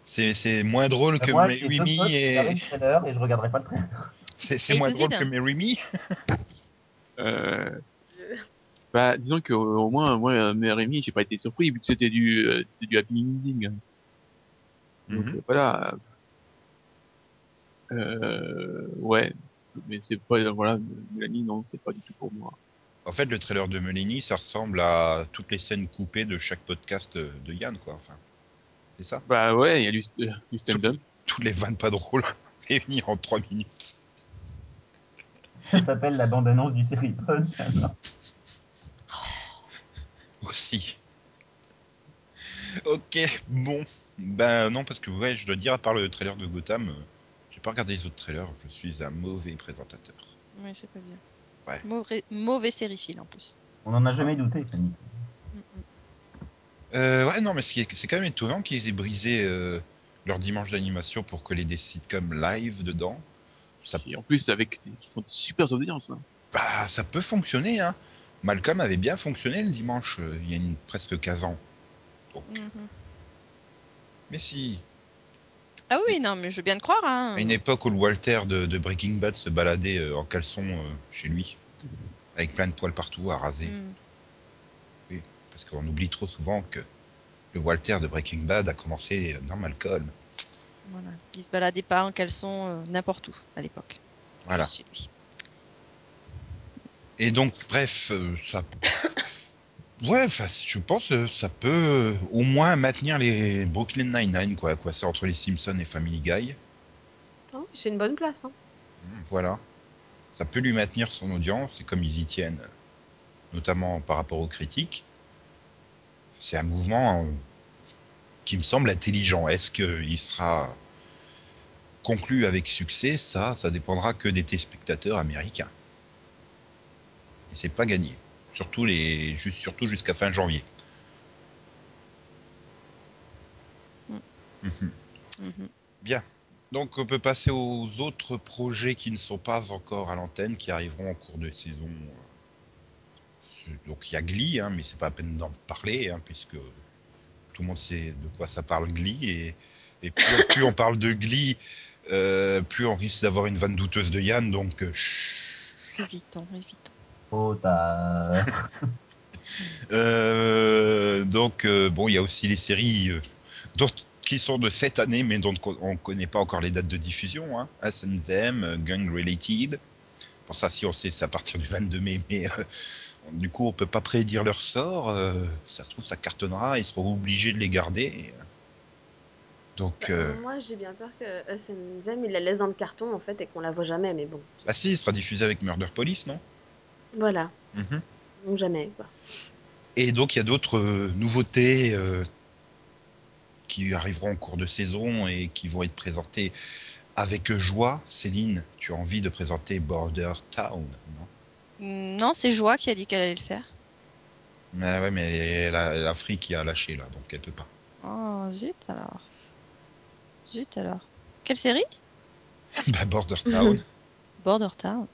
C'est c'est moins drôle que
Moi, j'ai deux potes
Merimi
qui regardent
et...
le trailer et je regarderai pas le trailer.
C'est c'est
Et
moins
Cosine.
drôle que Merimi
Euh,
Je-
bah, disons que au au moins, moi, euh, mes Rémi, j'ai pas été surpris vu que c'était du, euh, c'était du happy ending. Donc
Mhm.
euh, voilà. Euh, ouais. Mais c'est pas, euh, voilà, Mélanie, non, c'est pas du tout pour moi.
En fait, le trailer de Melanie, ça ressemble à toutes les scènes coupées de chaque podcast euh, de Yann, quoi. Enfin, c'est ça
Bah ouais, il y a du, euh, du stand-up.
Toutes les vannes pas drôles réunies en 3 minutes.
Ça s'appelle la bande-annonce du série Pod.
aussi. Ok, bon. Ben non, parce que ouais, je dois dire, à part le trailer de Gotham, euh, j'ai J'ai pas regardé les autres trailers, je suis un mauvais présentateur.
Ouais, je sais pas bien.
Ouais.
Mauvais, mauvais sérifile en plus.
On n'en a jamais douté, Fanny.
Mm, mm.
Euh, ouais, non, mais ce qui est- c'est quand même étonnant qu'ils aient brisé euh, leur dimanche d'animation pour coller des sitcoms live dedans. Ça,
Qui, en plus, avec, qui font des super audiences. hein.
bah, ça peut fonctionner, hein. Malcolm avait bien fonctionné le dimanche, euh, il y a une- presque 15 ans. Donc,
Mhm.
mais si,
Ah oui, non, mais je veux bien te croire. Hein.
à une époque où le Walter de, de Breaking Bad se baladait euh, en caleçon euh, chez lui, avec plein de poils partout à raser,
Mm.
parce qu'on oublie trop souvent que le Walter de Breaking Bad a commencé euh, dans Malcolm.
Voilà. Il se baladait pas en caleçon euh, n'importe où à l'époque.
Voilà.
Chez lui.
Et donc, bref, euh, ça. Ouais, enfin, je pense que ça peut euh, au moins maintenir les Brooklyn Nine-Nine, quoi. quoi. C'est entre les Simpsons et Family Guy.
Non, Ah C'est une bonne place. hein.
Voilà. Ça peut lui maintenir son audience, et comme ils y tiennent, notamment par rapport aux critiques, c'est un mouvement euh, qui me semble intelligent. Est-ce qu'il sera conclu avec succès Ça, ça dépendra que des téléspectateurs américains. Et c'est pas gagné. Surtout, les, ju- surtout jusqu'à fin janvier.
Mm.
Mhm.
Mhm.
Donc on peut passer aux autres projets qui ne sont pas encore à l'antenne, qui arriveront en cours de saison. euh, Donc il y a Glee, hein, mais c'est pas à peine d'en parler, hein, puisque tout le monde sait de quoi ça parle Glee. Et, et plus, plus on parle de Glee, euh, plus on risque d'avoir une vanne douteuse de Yann. Donc euh, chut.
Évitons, évitons.
Oh, t'as.
Euh, donc euh, bon, il y a aussi les séries euh, dont- qui sont de cette année, mais dont on ne connaît pas encore les dates de diffusion. Hein. Us and Them, euh, Gang Related. Pour ça, si on sait, c'est à partir du 22 mai, mais euh, du coup, on peut pas prédire leur sort. euh, ça se trouve, ça cartonnera, ils seront obligés de les garder. Donc, euh,
Bah, Moi, j'ai bien peur que Us and Them, il la laisse dans le carton en fait et qu'on la voit jamais. Mais bon,
bah si, il sera diffusé avec Murder Police, non
voilà,
Mhm.
donc jamais. Quoi.
Et donc, il y a d'autres euh, nouveautés euh, qui arriveront en cours de saison et qui vont être présentées avec joie. Céline, tu as envie de présenter Border Town, non
Non, c'est Joie qui a dit qu'elle allait le faire.
mais Ah Ouais, mais la- l'Afrique y a lâché là, donc elle peut pas.
Oh, zut alors. Zut alors. Quelle série
bah, Border Town,
Border Town.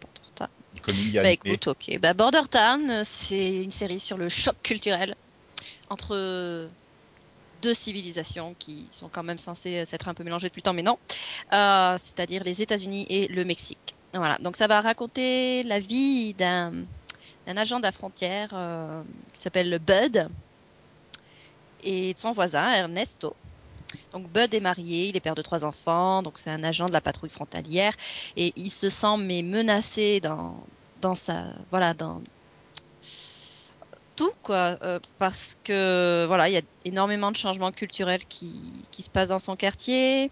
Border Town.
comme il y a
Bah
animé.
écoute, ok. Bah, Border Town, euh, c'est une série sur le choc culturel entre euh, deux civilisations qui sont quand même censées euh, s'être un peu mélangées depuis le temps, mais non. Euh, C'est-à-dire les États-Unis et le Mexique. Voilà. Donc ça va raconter la vie d'un d'un agent de la frontière euh, qui s'appelle Bud et de son voisin Ernesto. Donc Bud est marié, il est père de trois enfants, donc c'est un agent de la patrouille frontalière et il se sent mais menacé dans, dans sa voilà dans tout quoi euh, parce que voilà il y a énormément de changements culturels qui, qui se passent dans son quartier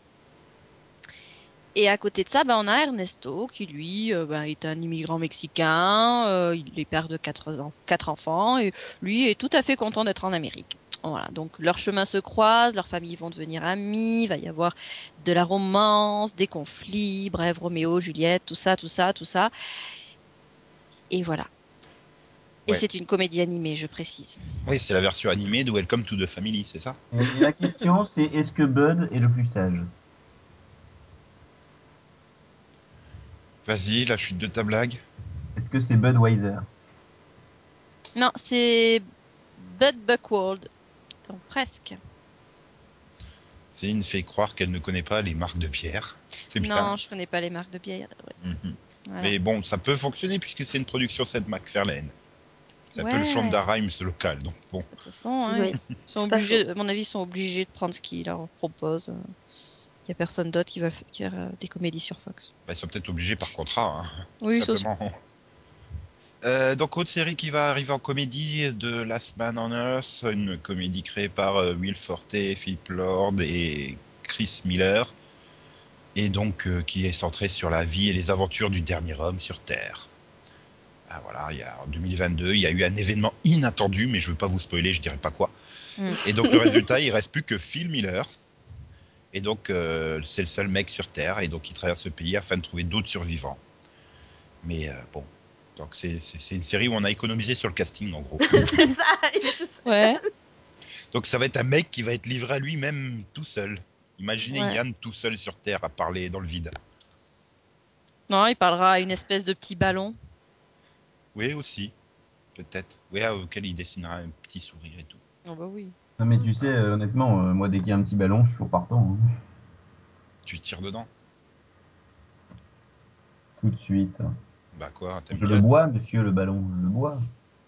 et à côté de ça ben, on a Ernesto qui lui euh, ben, est un immigrant mexicain euh, il est père de quatre, en- quatre enfants et lui est tout à fait content d'être en Amérique voilà, donc leurs chemins se croisent, leurs familles vont devenir amies, il va y avoir de la romance, des conflits, bref, Roméo, Juliette, tout ça, tout ça, tout ça. Et voilà. Et
Ouais.
c'est une comédie animée, je précise.
Oui, c'est la version animée de Welcome to the Family, c'est ça
Et, et la question, c'est est-ce que Bud est le plus sage
Vas-y, la chute de ta blague.
Est-ce que c'est Budweiser
Non, c'est Bud Buckworld. Donc, presque.
Céline fait croire qu'elle ne connaît pas les marques de bière. C'est bien.
Non, je connais pas les marques de bière. Ouais,
Mhm.
voilà.
Mais bon, ça peut fonctionner puisque c'est une production Seth MacFarlane. C'est un peu le
Ouais.
Shonda Rhimes local, donc bon.
De toute façon, hein,
Oui.
ils sont
c'est pas
obligés, à mon avis, ils sont obligés de prendre ce qu'ils leur proposent. Il n'y a personne d'autre qui va faire euh, des comédies sur Fox.
Bah, ils sont peut-être obligés par contrat, hein,
Oui, ça aussi.
simplement. Euh, donc, autre série qui va arriver en comédie de Last Man on Earth, une comédie créée par euh, Will Forte, Philip Lord et Chris Miller, et donc euh, qui est centrée sur la vie et les aventures du dernier homme sur Terre. Ah, voilà, il y a, en 2022, il y a eu un événement inattendu, mais je ne veux pas vous spoiler, je dirais pas quoi.
Mm.
Et donc, le résultat, il reste plus que Phil Miller Et donc, euh, c'est le seul mec sur Terre. Et donc, il traverse ce pays afin de trouver d'autres survivants. Mais euh, bon. Donc, c'est- c'est c'est une série où on a économisé sur le casting, en gros.
c'est ça.
Ouais.
donc, ça va être un mec qui va être livré à lui-même tout seul. Imaginez
Ouais.
Yann tout seul sur Terre à parler dans le vide.
Non, il parlera à une espèce de petit ballon.
Oui, aussi. Peut-être. Oui, ah, auquel il dessinera un petit sourire et tout.
Oh bah oui.
Non, mais tu sais, euh, honnêtement, euh, moi, dès qu'il y a un petit ballon, je suis toujours partant. hein.
Tu tires dedans
Tout de suite.
Bah quoi, t'aimes
Je
bien
le bois, monsieur, le ballon. Je le bois.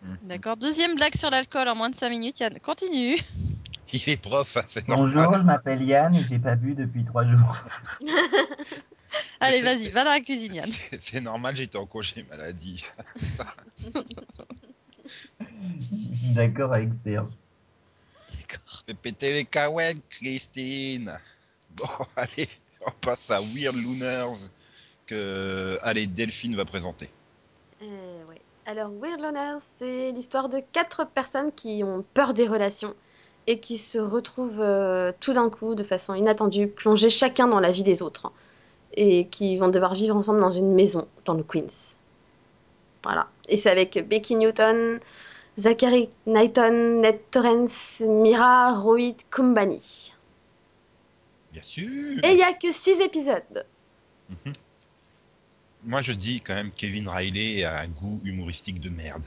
Mhm.
D'accord. Deuxième blague sur l'alcool en moins de 5 minutes. Yann, continue.
Il est prof, hein, c'est normal.
Bonjour, je m'appelle Yann et j'ai pas bu depuis trois jours.
Allez,
c'est-
vas-y, va dans la cuisine, Yann.
C'est c'est normal, j'étais en congé maladie.
Je suis d'accord avec Serge.
D'accord.
Fais péter les cahuètes, Christine. Bon, allez, on passe à Weird Lunars que euh, allez, Delphine va présenter.
Euh, ouais. Alors, Weird Loner, c'est l'histoire de quatre personnes qui ont peur des relations et qui se retrouvent euh, tout d'un coup, de façon inattendue, plongés chacun dans la vie des autres et qui vont devoir vivre ensemble dans une maison dans le Queens. Voilà. Et c'est avec Becky Newton, Zachary Knighton, Ned Torrance, Mira, Rohit Kumbani.
Bien sûr.
Et il n'y a que six épisodes.
Mhm. Moi, je dis quand même Kevin Riley a un goût humoristique de merde.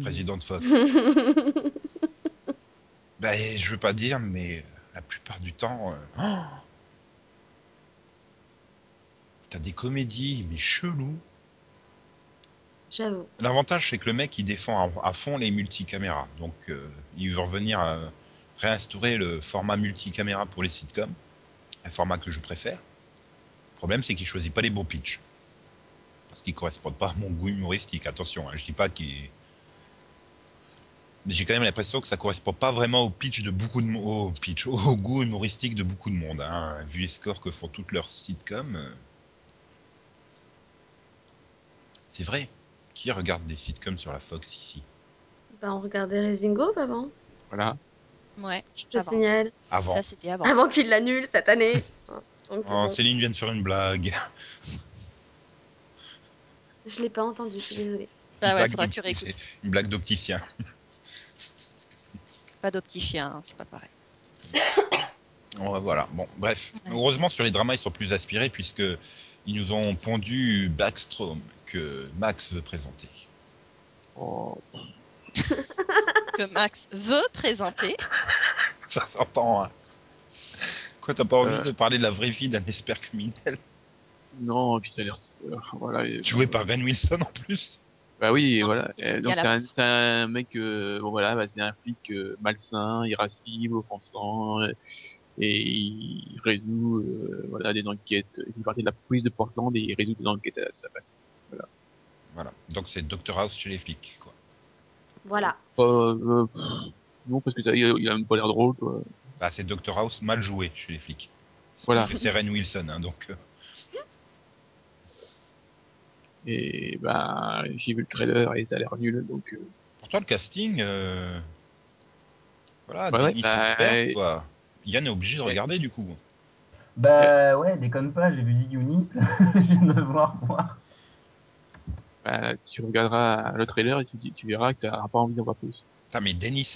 Président de Fox. Bah, je veux pas dire, mais euh, la plupart du temps, euh, oh t'as des comédies, mais chelou.
J'avoue.
L'avantage, c'est que le mec, il défend à, à fond les multicaméras. Donc, euh, il va revenir à réinstaurer le format multicaméra pour les sitcoms, un format que je préfère. Le problème, c'est qu'il choisit pas les bons pitchs. Parce qu'ils correspondent pas à mon goût humoristique. Attention, hein, je dis pas qu'il. Mais j'ai quand même l'impression que ça correspond pas vraiment au pitch de beaucoup de mo- au pitch, au goût humoristique de beaucoup de monde. hein. Vu les scores que font toutes leurs sitcoms, euh, c'est vrai. Qui regarde des sitcoms sur la Fox ici
Bah, on regardait Razingo avant,
Voilà.
Ouais,
je te
Avant.
signale.
Avant.
ça c'était avant.
avant qu'il l'annule cette année. Hein, Donc,
Oh,
bon,
Céline vient de faire une blague.
Ah
je l'ai pas entendu, je suis désolée.
Bah ouais,
blague
faudra
de-
que tu réécoutes.
c'est Une blague d'opticien.
Pas de petits chiens, hein, c'est pas pareil.
Ouais, Oh, voilà. Bon, bref.
Ouais.
Heureusement, sur les dramas, ils sont plus aspirés puisque ils nous ont pondu Backstrom que Max veut présenter.
Oh,
Que Max veut présenter.
Ça s'entend. Hein Quoi, t'as pas envie
Euh.
de parler de la vraie vie d'un expert criminel
non, et puis ça a l'air. euh, voilà. et-
joué par Ren Wilson en plus
Bah oui,
Non,
voilà.
c'est bien
Euh, donc
la
c'est un, c'est un mec, euh, bon voilà, bah, c'est un flic euh, malsain, irascible, offensant, euh, et il résout euh, voilà des enquêtes. Il est parti de la police de Portland et il résout des enquêtes à sa place.
Voilà. Donc c'est Doctor House chez les flics. Quoi.
Voilà.
Pas, euh, pff, non, parce que ça, il a, il a même pas l'air drôle, quoi.
Ah, c'est Doctor House mal joué chez les flics. C'est
Voilà.
Parce que c'est Ren Wilson, hein, donc. euh,
Et bah j'ai vu le trailer et ça a l'air nul, donc. euh,
Pourtant, le casting, euh, voilà,
Ouais,
Denis
ouais, bah,
Expert,
euh,
quoi. Yann est obligé de regarder, du coup.
Euh.
Bah ouais, déconne pas, j'ai vu Zig Unit. je viens de le voir, voir.
bah, tu regarderas le trailer et tu, dis- tu verras que t'as pas envie d'en voir plus.
Putain, mais Denis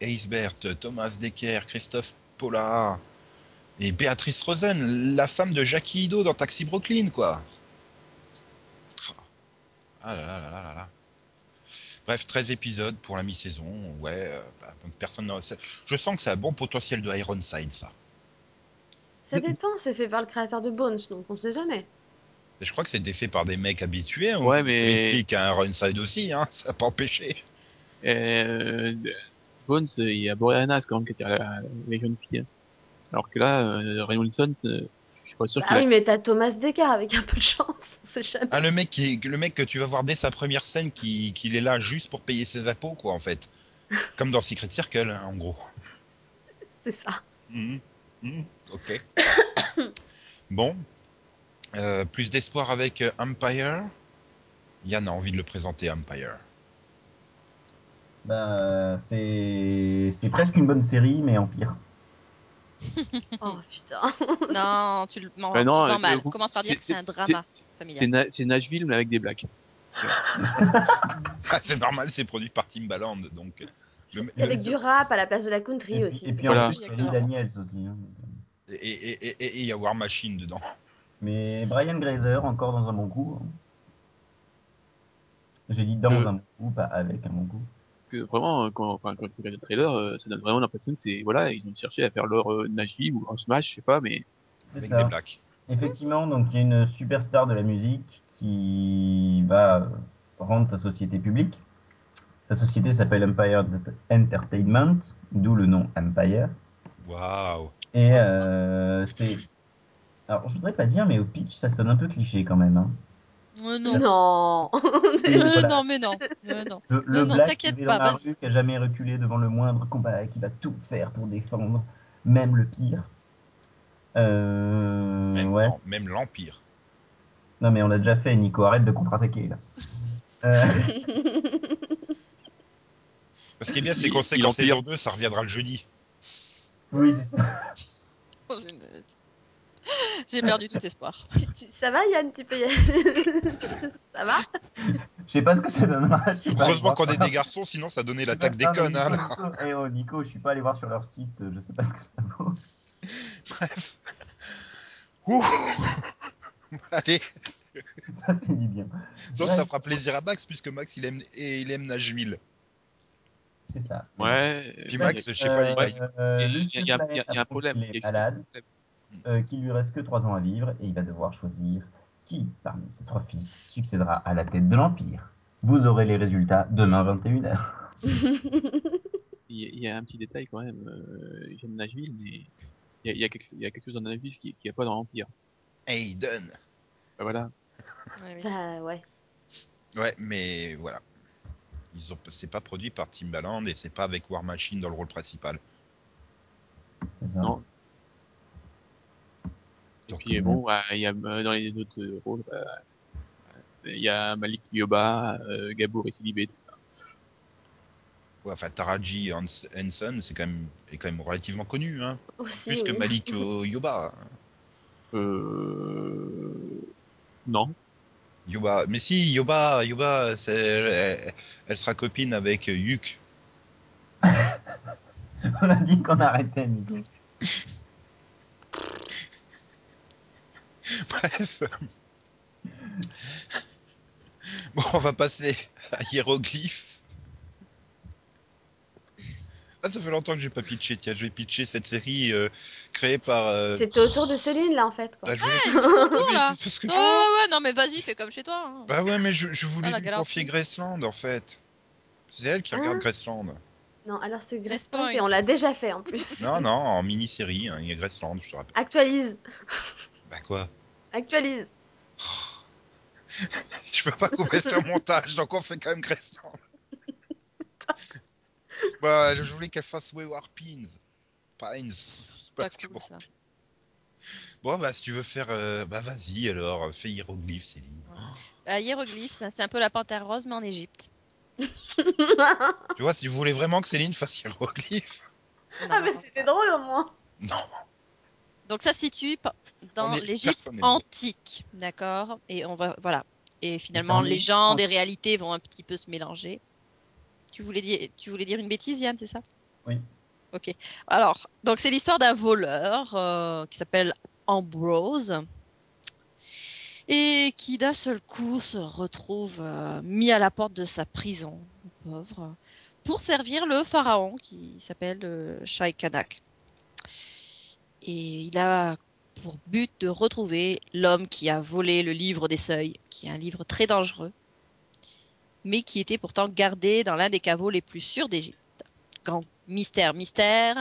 Eisbert, Thomas Decker, Christophe Pollard et Béatrice Rosen, la femme de Jackie Ido dans Taxi Brooklyn, quoi. Ah là là là là là là. Bref, 13 épisodes pour la mi-saison. Ouais, euh, bah, personne. n'a- c'est- Je sens que c'est un bon potentiel de Ironside, ça.
Ça dépend, c'est fait par le créateur de Bones, donc on sait jamais.
Et je crois que c'est des faits par des mecs habitués. hein,
Ouais,
aux
mais-
séries de flics, hein, Ironside aussi, hein, ça n'a pas empêché.
Euh, Bones, euh, il y a Boreanaz quand même qui était la, la, la jeune fille. hein. Alors que là, euh, Ray Wilson, euh, je suis pas sûr
Bah
qu'il a-
oui, mais t'as Thomas Descartes avec un peu de chance, on sait jamais.
Ah, le mec, qui est- le mec que tu vas voir dès sa première scène, qui, qu'il est là juste pour payer ses impôts, quoi, en fait. Comme dans Secret Circle, hein, en gros.
C'est ça.
Mhm. Mhm. Ok. bon. Euh, plus d'espoir avec euh, Empire. Yann a envie de le présenter, Empire.
Bah c'est c'est presque une bonne série, mais en pire.
Oh putain.
Non, tu le m'en
Bah non,
tu le vends
euh,
mal.
vous-
Commence par dire que c'est un drama
c'est- C'est
familial.
Na- c'est Nashville, mais avec des blacks.
Ah, c'est normal, c'est produit par Timbaland. Donc, le- le-
Avec du rap à la place de la country
Et puis,
aussi.
et puis
Voilà.
en plus,
Oui,
Lee
exactement.
Daniels aussi. hein.
et- et- et- et- et y a War Machine dedans.
Mais Brian Grazer, encore dans un bon coup. hein. J'ai dit dans
Euh.
un bon coup, pas avec un bon coup.
Que vraiment, euh, quand, enfin, quand tu regardes le trailer, euh, ça donne vraiment l'impression que c'est, voilà, ils ont cherché à faire leur euh, Nashville ou un Smash, je sais pas, mais
C'est
Avec
ça.
des blacks.
Effectivement, donc il y a une superstar de la musique qui va euh, rendre sa société publique. Sa société s'appelle Empire Det- Entertainment, d'où le nom Empire.
Waouh.
Et euh, c'est. Alors je voudrais pas dire, mais au pitch ça sonne un peu cliché quand même. hein.
Euh, non.
Non.
Oui,
Euh,
voilà.
non, mais non. Euh, non.
Le, le
non,
black qui
t'inquiète
vit
pas,
dans la
vas-y.
rue, qui a jamais reculé devant le moindre combat, qui va tout faire pour défendre, même le pire. Euh,
Même,
ouais.
non, même l'Empire.
Non mais on l'a déjà fait, Nico, arrête de contre-attaquer là. Euh,
Parce qu'il est bien, c'est
Il-
qu'on sait
il
qu'en
empire.
saison 2, ça reviendra le jeudi.
Bah, oui, c'est ça.
Oh, punaise. J'ai perdu tout espoir.
Tu- tu- ça va Yann, tu peux y aller. ça va
Je sais pas ce que ça donnera. je suis pas allé
Heureusement
voir
qu'on
sur
est
leur-
des garçons, sinon ça donnait
je suis
l'attaque des
pas- non, mais
connes. hein, là.
Nico, Nico, eh, oh, Nico, je suis pas allé voir sur leur site, euh, je sais pas ce que ça vaut.
Bref. Ouh. Allez,
Ça fait du bien.
donc ça
Bref,
fera plaisir à Max, puisque Max, il aime, et il aime Nashville.
C'est ça.
ouais.
Puis
euh,
Max, je sais pas, il a-
Euh, euh,
Il y a-
Lucius
il y a- il y a-
Mallet
il y a un
apprend qu'il
problème,
est
il y a-
malade, euh, qu'il lui reste que trois ans à vivre et il va devoir choisir qui parmi ses trois fils succédera à la tête de l'Empire. Vous aurez les résultats demain 21h.
il y a- il y a un petit détail quand même. Euh, j'aime Nashville, mais il y a, il y, a quelque- il y a quelque chose dans Nashville qui n'y a pas dans l'Empire.
Hayden.
Bah, voilà.
Ouais, oui.
Bah ouais.
Ouais, mais voilà. Ils ont, c'est pas produit par Timbaland et c'est pas avec War Machine dans le rôle principal.
C'est ça.
Non. Et
Donc,
puis euh, bon, ouais, il y a euh, dans les autres euh, rôles, bah, euh, il y a Malik Yoba, euh, Gabou Récidibé, tout ça.
Ouais, enfin, Taraji Hans- Henson, c'est quand même, est quand même relativement connu, hein.
Aussi.
Plus que
oui.
Malik Yo- Yoba. hein.
Euh... Non.
Yoba. Mais si, Yoba, Yoba, c'est- elle, elle sera copine avec Yuk.
On a dit qu'on arrêtait, Nico.
Bref. Bon, on va passer à Hiéroglyphe. Ah, ça fait longtemps que j'ai pas pitché. Tiens, je vais pitcher cette série euh, créée par. euh,
C'était autour de Céline là en fait. Quoi.
bah, je voulais-
Bon, là.
Oui, parce que-
Oh, ouais, non, mais vas-y, fais comme chez toi. hein.
Bah ouais, mais je, je voulais
Ah, la
lui confier
galaxie.
Graceland en fait. C'est elle qui
Hein
Ah.
regarde Graceland.
Non, alors c'est Grace
Point.
Point et on l'a déjà fait en plus.
Non, non, en mini-série, hein, il y a Graceland, je te rappelle.
Actualise,
Bah quoi
actualise.
Je peux pas couper ce montage, donc on fait quand même Graceland. bah, je voulais qu'elle fasse Wayward Pines. Pines.
Pas
Parce que
cool,
bon.
ça.
Bon, bah, si tu veux faire. euh, Bah, vas-y alors, fais hiéroglyphe, Céline.
Bah, hiéroglyphe, bah, c'est un peu la panthère rose, mais en Égypte.
ah
Tu vois, si vous voulez vraiment que Céline fasse hiéroglyphe.
On
Ah, mais
invente
c'était
pas.
drôle au moins.
Non,
Donc ça se situe pe- dans
On est-
l'Égypte
personne n'est bon.
antique, d'accord Et on va voilà. Et finalement,
dans l'Égypte
légendes et
antique.
réalités vont un petit peu se mélanger. Tu voulais dire, tu voulais dire une bêtise, Yann, c'est ça
Oui.
Ok. Alors, donc c'est l'histoire d'un voleur euh, qui s'appelle Ambrose et qui d'un seul coup se retrouve euh, mis à la porte de sa prison, le pauvre, pour servir le pharaon qui s'appelle euh, Shaikanak. Et il a pour but de retrouver l'homme qui a volé le livre des seuils, qui est un livre très dangereux, mais qui était pourtant gardé dans l'un des caveaux les plus sûrs d'Égypte. Grand mystère, mystère.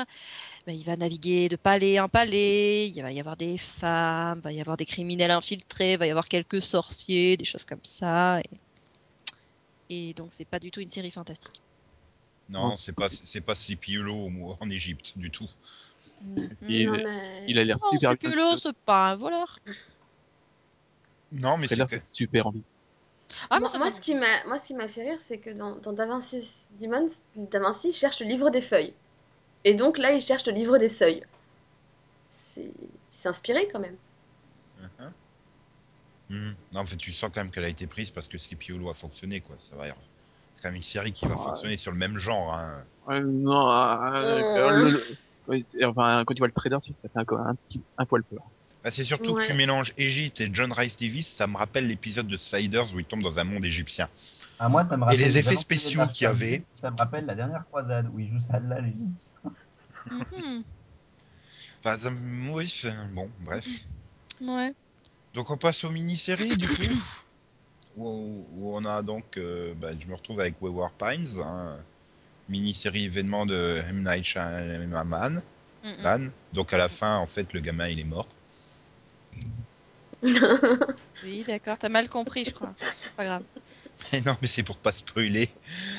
Ben, il va naviguer de palais en palais, il va y avoir des femmes, il va y avoir des criminels infiltrés, il va y avoir quelques sorciers, des choses comme ça. Et, et donc, c'est pas du tout une série fantastique.
non c'est pas, c'est pas Scipiolo en Égypte, du tout.
Il,
Euh, Non, mais...
il a l'air
Oh,
super
c'est Pulo, c'est pas un voleur.
Non, mais
Le
c'est
trailer
que.
fait super envie.
Ah, mais
moi,
ça
moi,
donne-
ce qui m'a, moi, ce qui m'a fait rire, c'est que dans, dans Da Vinci Demons, Da Vinci cherche le livre des feuilles. Et donc là, il cherche le livre des seuils. s'est il s'est inspiré quand même.
Mhm. Mhm. Non, en fait, tu sens quand même qu'elle a été prise parce que Sleepy Hollow a fonctionné, quoi. Ça va. C'est quand même une série qui va
Ah,
Ouais.
fonctionner sur le même genre. hein.
Ouais, non, euh,
Euh.
le- le- ouais, enfin, quand tu vois le trailer, c'est que ça fait un, un petit, un poil peur.
Bah, c'est surtout
Ouais.
que tu mélanges Égypte et John Rice Davis, ça me rappelle l'épisode de Sliders où il tombe dans un monde égyptien.
Ah, moi, ça me rappelle
les effets
vraiment
spéciaux
Leonard
qu'il y avait.
Scarpelli, Ça me rappelle la dernière croisade où il joue ça là, l'Égyptien.
Mhm.
Enfin, ça me- oui, c'est- bon, bref.
Ouais.
Donc on passe aux mini-séries du coup, où, où on a donc, euh, bah, je me retrouve avec Wayward Pines, hein, mini-série événement de M. Night Shyamalan.
Mhm.
Lan. Donc à la fin, en fait, le gamin il est mort.
Oui, d'accord. T'as mal compris, je crois. C'est Pas grave.
Mais non, mais c'est pour pas spoiler.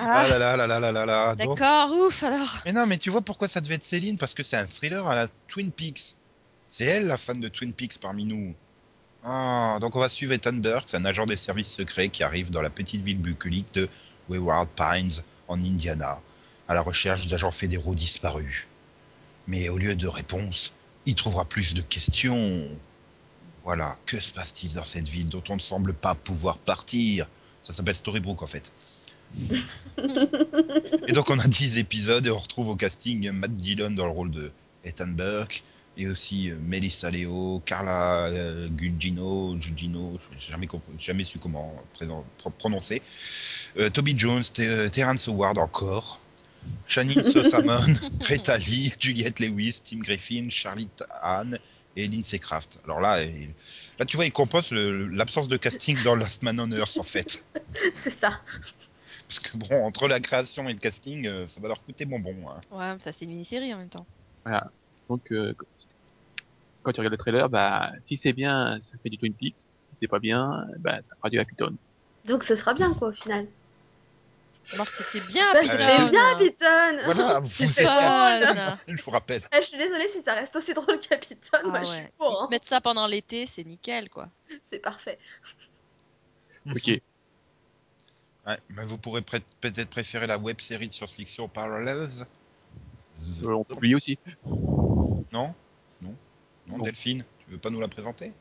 Ah,
Ah,
là là là là là là là. Donc-
d'accord. Ouf, alors.
Mais non, mais tu vois pourquoi ça devait être Céline Parce que c'est un thriller à la Twin Peaks. C'est elle la fan de Twin Peaks parmi nous. Ah, donc on va suivre Ethan Burke, un agent des services secrets qui arrive dans la petite ville bucolique de Wayward Pines, en Indiana, à la recherche d'agents fédéraux disparus. Mais au lieu de réponses, il trouvera plus de questions. Voilà, que se passe-t-il dans cette ville dont on ne semble pas pouvoir partir Ça s'appelle Storybrooke en fait. Et donc on a 10 épisodes et on retrouve au casting Matt Dillon dans le rôle de Ethan Burke et aussi euh, Melissa Leo, Carla euh, Gugino, Gugino, j'ai jamais, compris- j'ai jamais su comment présent- pro- prononcer, Euh, Toby Jones, Te- euh, Terrence Howard encore, Shannon Sosamon, Rita Lee, Juliette Lewis, Tim Griffin, Charlotte Hahn et Lindsay Kraft. Alors là, et- là tu vois, ils compensent le- l'absence de casting dans Last Man on Earth en fait.
C'est ça.
Parce que bon, entre la création et le casting, euh, ça va leur coûter bonbon. Hein.
Ouais, mais ça c'est une mini-série en même temps.
Donc, euh, quand tu regardes le trailer, bah, si c'est bien, ça fait du Twin Peaks. Si c'est pas bien, bah, ça fera du Hackathon.
Donc ce sera bien quoi au final.
Marc, t'étais Bah, bien à
Parce que t'es
Python.
bien Capitaine
Voilà, vous
C'est
êtes
ça.
je vous rappelle.
Eh, Je suis désolée si ça reste aussi drôle Capitaine, moi
Ah
je
ouais.
suis pour. hein.
Mettre ça pendant l'été, c'est nickel, quoi.
C'est parfait.
Ok. euh,
Ouais, mais vous pourrez pré- peut-être préférer la web série de science-fiction Parallels
Euh, On peut oublier aussi.
Non Non Non,
Non.
Delphine Tu veux pas nous la présenter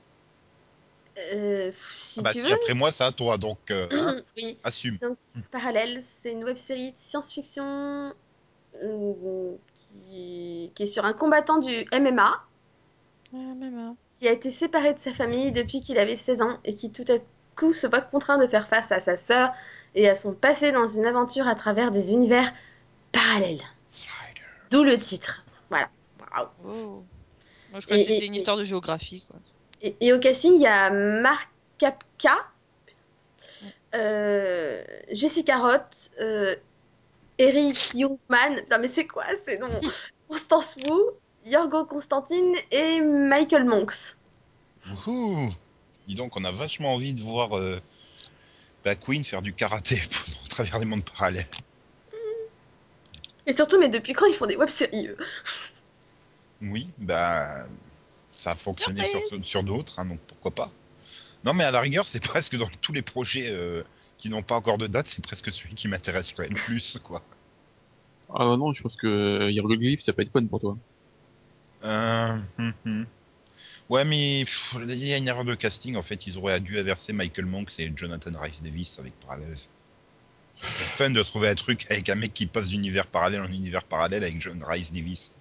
Euh, pff, si
Ah Bah
tu
si,
veux. Mm.
après moi, ça à toi, donc euh, hein,
oui.
assume.
Parallèle, c'est une web série de science-fiction euh, qui, qui est sur un combattant du MMA
Ouais, même, hein.
qui a été séparé de sa famille depuis qu'il avait 16 ans et qui tout à coup se voit contraint de faire face à sa sœur et à son passé dans une aventure à travers des univers parallèles.
Slider.
D'où le titre. Voilà. Waouh.
Oh. Moi, je crois que
Et-
c'était
et-
une histoire de géographie, quoi.
Et, et au casting, il y a Marc Kapka, euh, Jessica Roth, euh, Eric Youngman, putain mais c'est quoi ces noms Constance Wu, Yorgo Constantine et Michael Monks.
Wouhou Dis donc, on a vachement envie de voir euh, la Queen faire du karaté pendant- au travers des mondes parallèles.
Et surtout, mais depuis quand ils font des web-séries eux
Oui, bah ça a fonctionné sur,
Surprise
sur d'autres, hein, donc pourquoi pas. Non, mais à la rigueur, c'est presque dans tous les projets euh, qui n'ont pas encore de date, c'est presque celui qui m'intéresserait le plus, quoi.
Ah non, je pense que Hieroglyph, ça peut être fun pour toi.
Euh, hum, hum. Ouais, mais pff, il y a une erreur de casting. En fait, ils auraient dû inverser Michael Monks et Jonathan Rice Davis avec Parallels. C'est fun de trouver un truc avec un mec qui passe d'univers parallèle en univers parallèle avec John Rice Davis.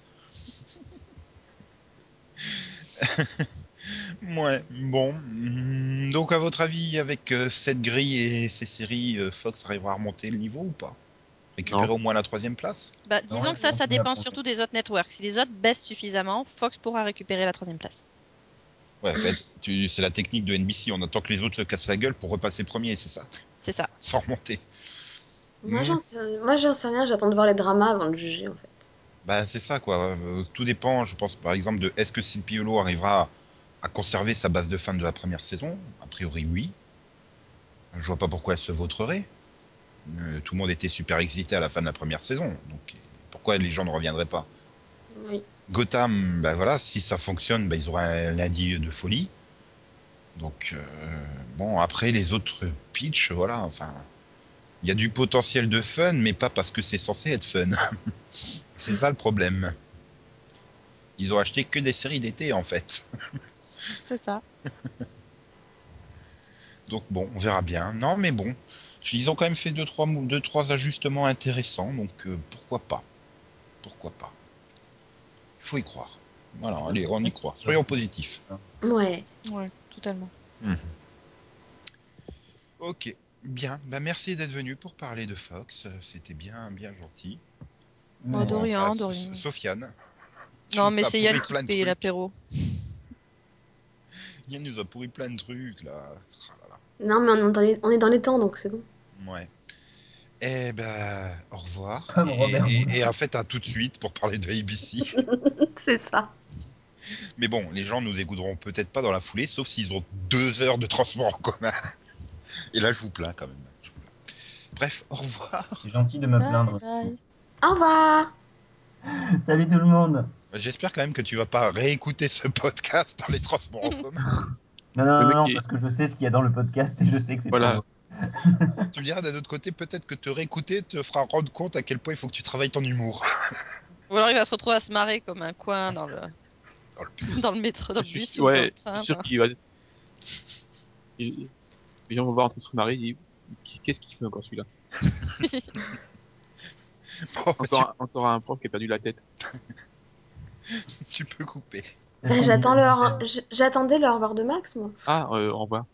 ouais, bon. Hmm, Donc, à votre avis, avec euh, cette grille et ces séries, euh, Fox arrivera à remonter le niveau ou pas Récupérer au moins la troisième place
Bah, disons
ouais,
que ça,
on
ça
peut la
dépend
prendre.
surtout des autres networks. Si les autres baissent suffisamment, Fox pourra récupérer la troisième place.
Ouais, en fait, tu- c'est la technique de NBC. On attend que les autres se cassent la gueule pour repasser premier, c'est ça
C'est ça.
sans remonter.
Moi,
Mhm.
j'en sais- moi, j'en sais rien, j'attends de voir les dramas avant de juger en fait.
Bah, c'est ça, quoi. Euh, Tout dépend, je pense, par exemple, de est-ce que Silpiolo arrivera à- à conserver sa base de fin de la première saison A priori, oui. Je vois pas pourquoi elle se vautrerait. Euh, tout le monde était super excité à la fin de la première saison, donc euh, pourquoi les gens ne reviendraient pas
Oui.
Gotham, bah voilà, si ça fonctionne, bah ils auront un lundi de folie. Donc, euh, bon, après les autres pitchs, voilà, enfin, il y a du potentiel de fun, mais pas parce que c'est censé être fun. c'est ça le problème. Ils ont acheté que des séries d'été en fait.
C'est ça.
Donc bon, on verra bien. Non, mais bon, ils ont quand même fait deux trois mou- deux trois ajustements intéressants, donc euh, pourquoi pas Pourquoi pas Il faut y croire. Voilà, allez, on y croit. Soyons positifs.
Ouais.
Ouais, totalement.
Ok, bien. Bah, merci d'être venu pour parler de Fox. C'était bien, bien gentil.
Moi,
Mais-
Oh, de rien,
Enfin,
de
So-
rien.
Sofiane. Tu
Non,
nous
mais
as
c'est
pourri
Yann qui
plein de
paye
trucs.
l'apéro.
Yann nous a pourri plein de trucs, là. Ah là
Non, mais on est dans les, on est dans les temps, donc c'est bon.
là. Ouais. Eh ben, au revoir.
Comme
Et,
Robert.
et- et en fait, à tout de suite pour parler de ABC.
C'est ça.
Mais bon, les gens nous écouteront peut-être pas dans la foulée, sauf s'ils ont deux heures de transport en commun. Et là, je vous plains quand même. Je vous plains. Bref, au revoir.
C'est gentil de me plaindre.
bye.
Au revoir.
Salut tout le monde.
J'espère quand même que tu vas pas réécouter ce podcast dans les transports en commun.
Non, non,
Le
non,
mec
non,
qui-
parce que je sais ce qu'il y a dans le podcast et je sais que c'est
Voilà.
trop
tu me diras d'un autre côté, peut-être que te réécouter te fera rendre compte à quel point il faut que tu travailles ton humour.
Ou alors il va se retrouver à se marrer comme un coin dans le,
Dans le
dans le métro, dans le
Je
bus.
suis-
ou
ouais,
dans le
je
train,
suis sûr
enfin.
qu'il va. Il- Les gens vont voir entre son mari, ils disent Qu'est-ce qu'il fait encore celui-là
Bon, bah,
encore, un- encore un prof qui a perdu la tête.
tu, tu peux couper.
Est-ce qu'on
J'attends
dit
leur,
16?
euh,
j'attendais leur revoir de Max, moi.
Ah, euh, au revoir.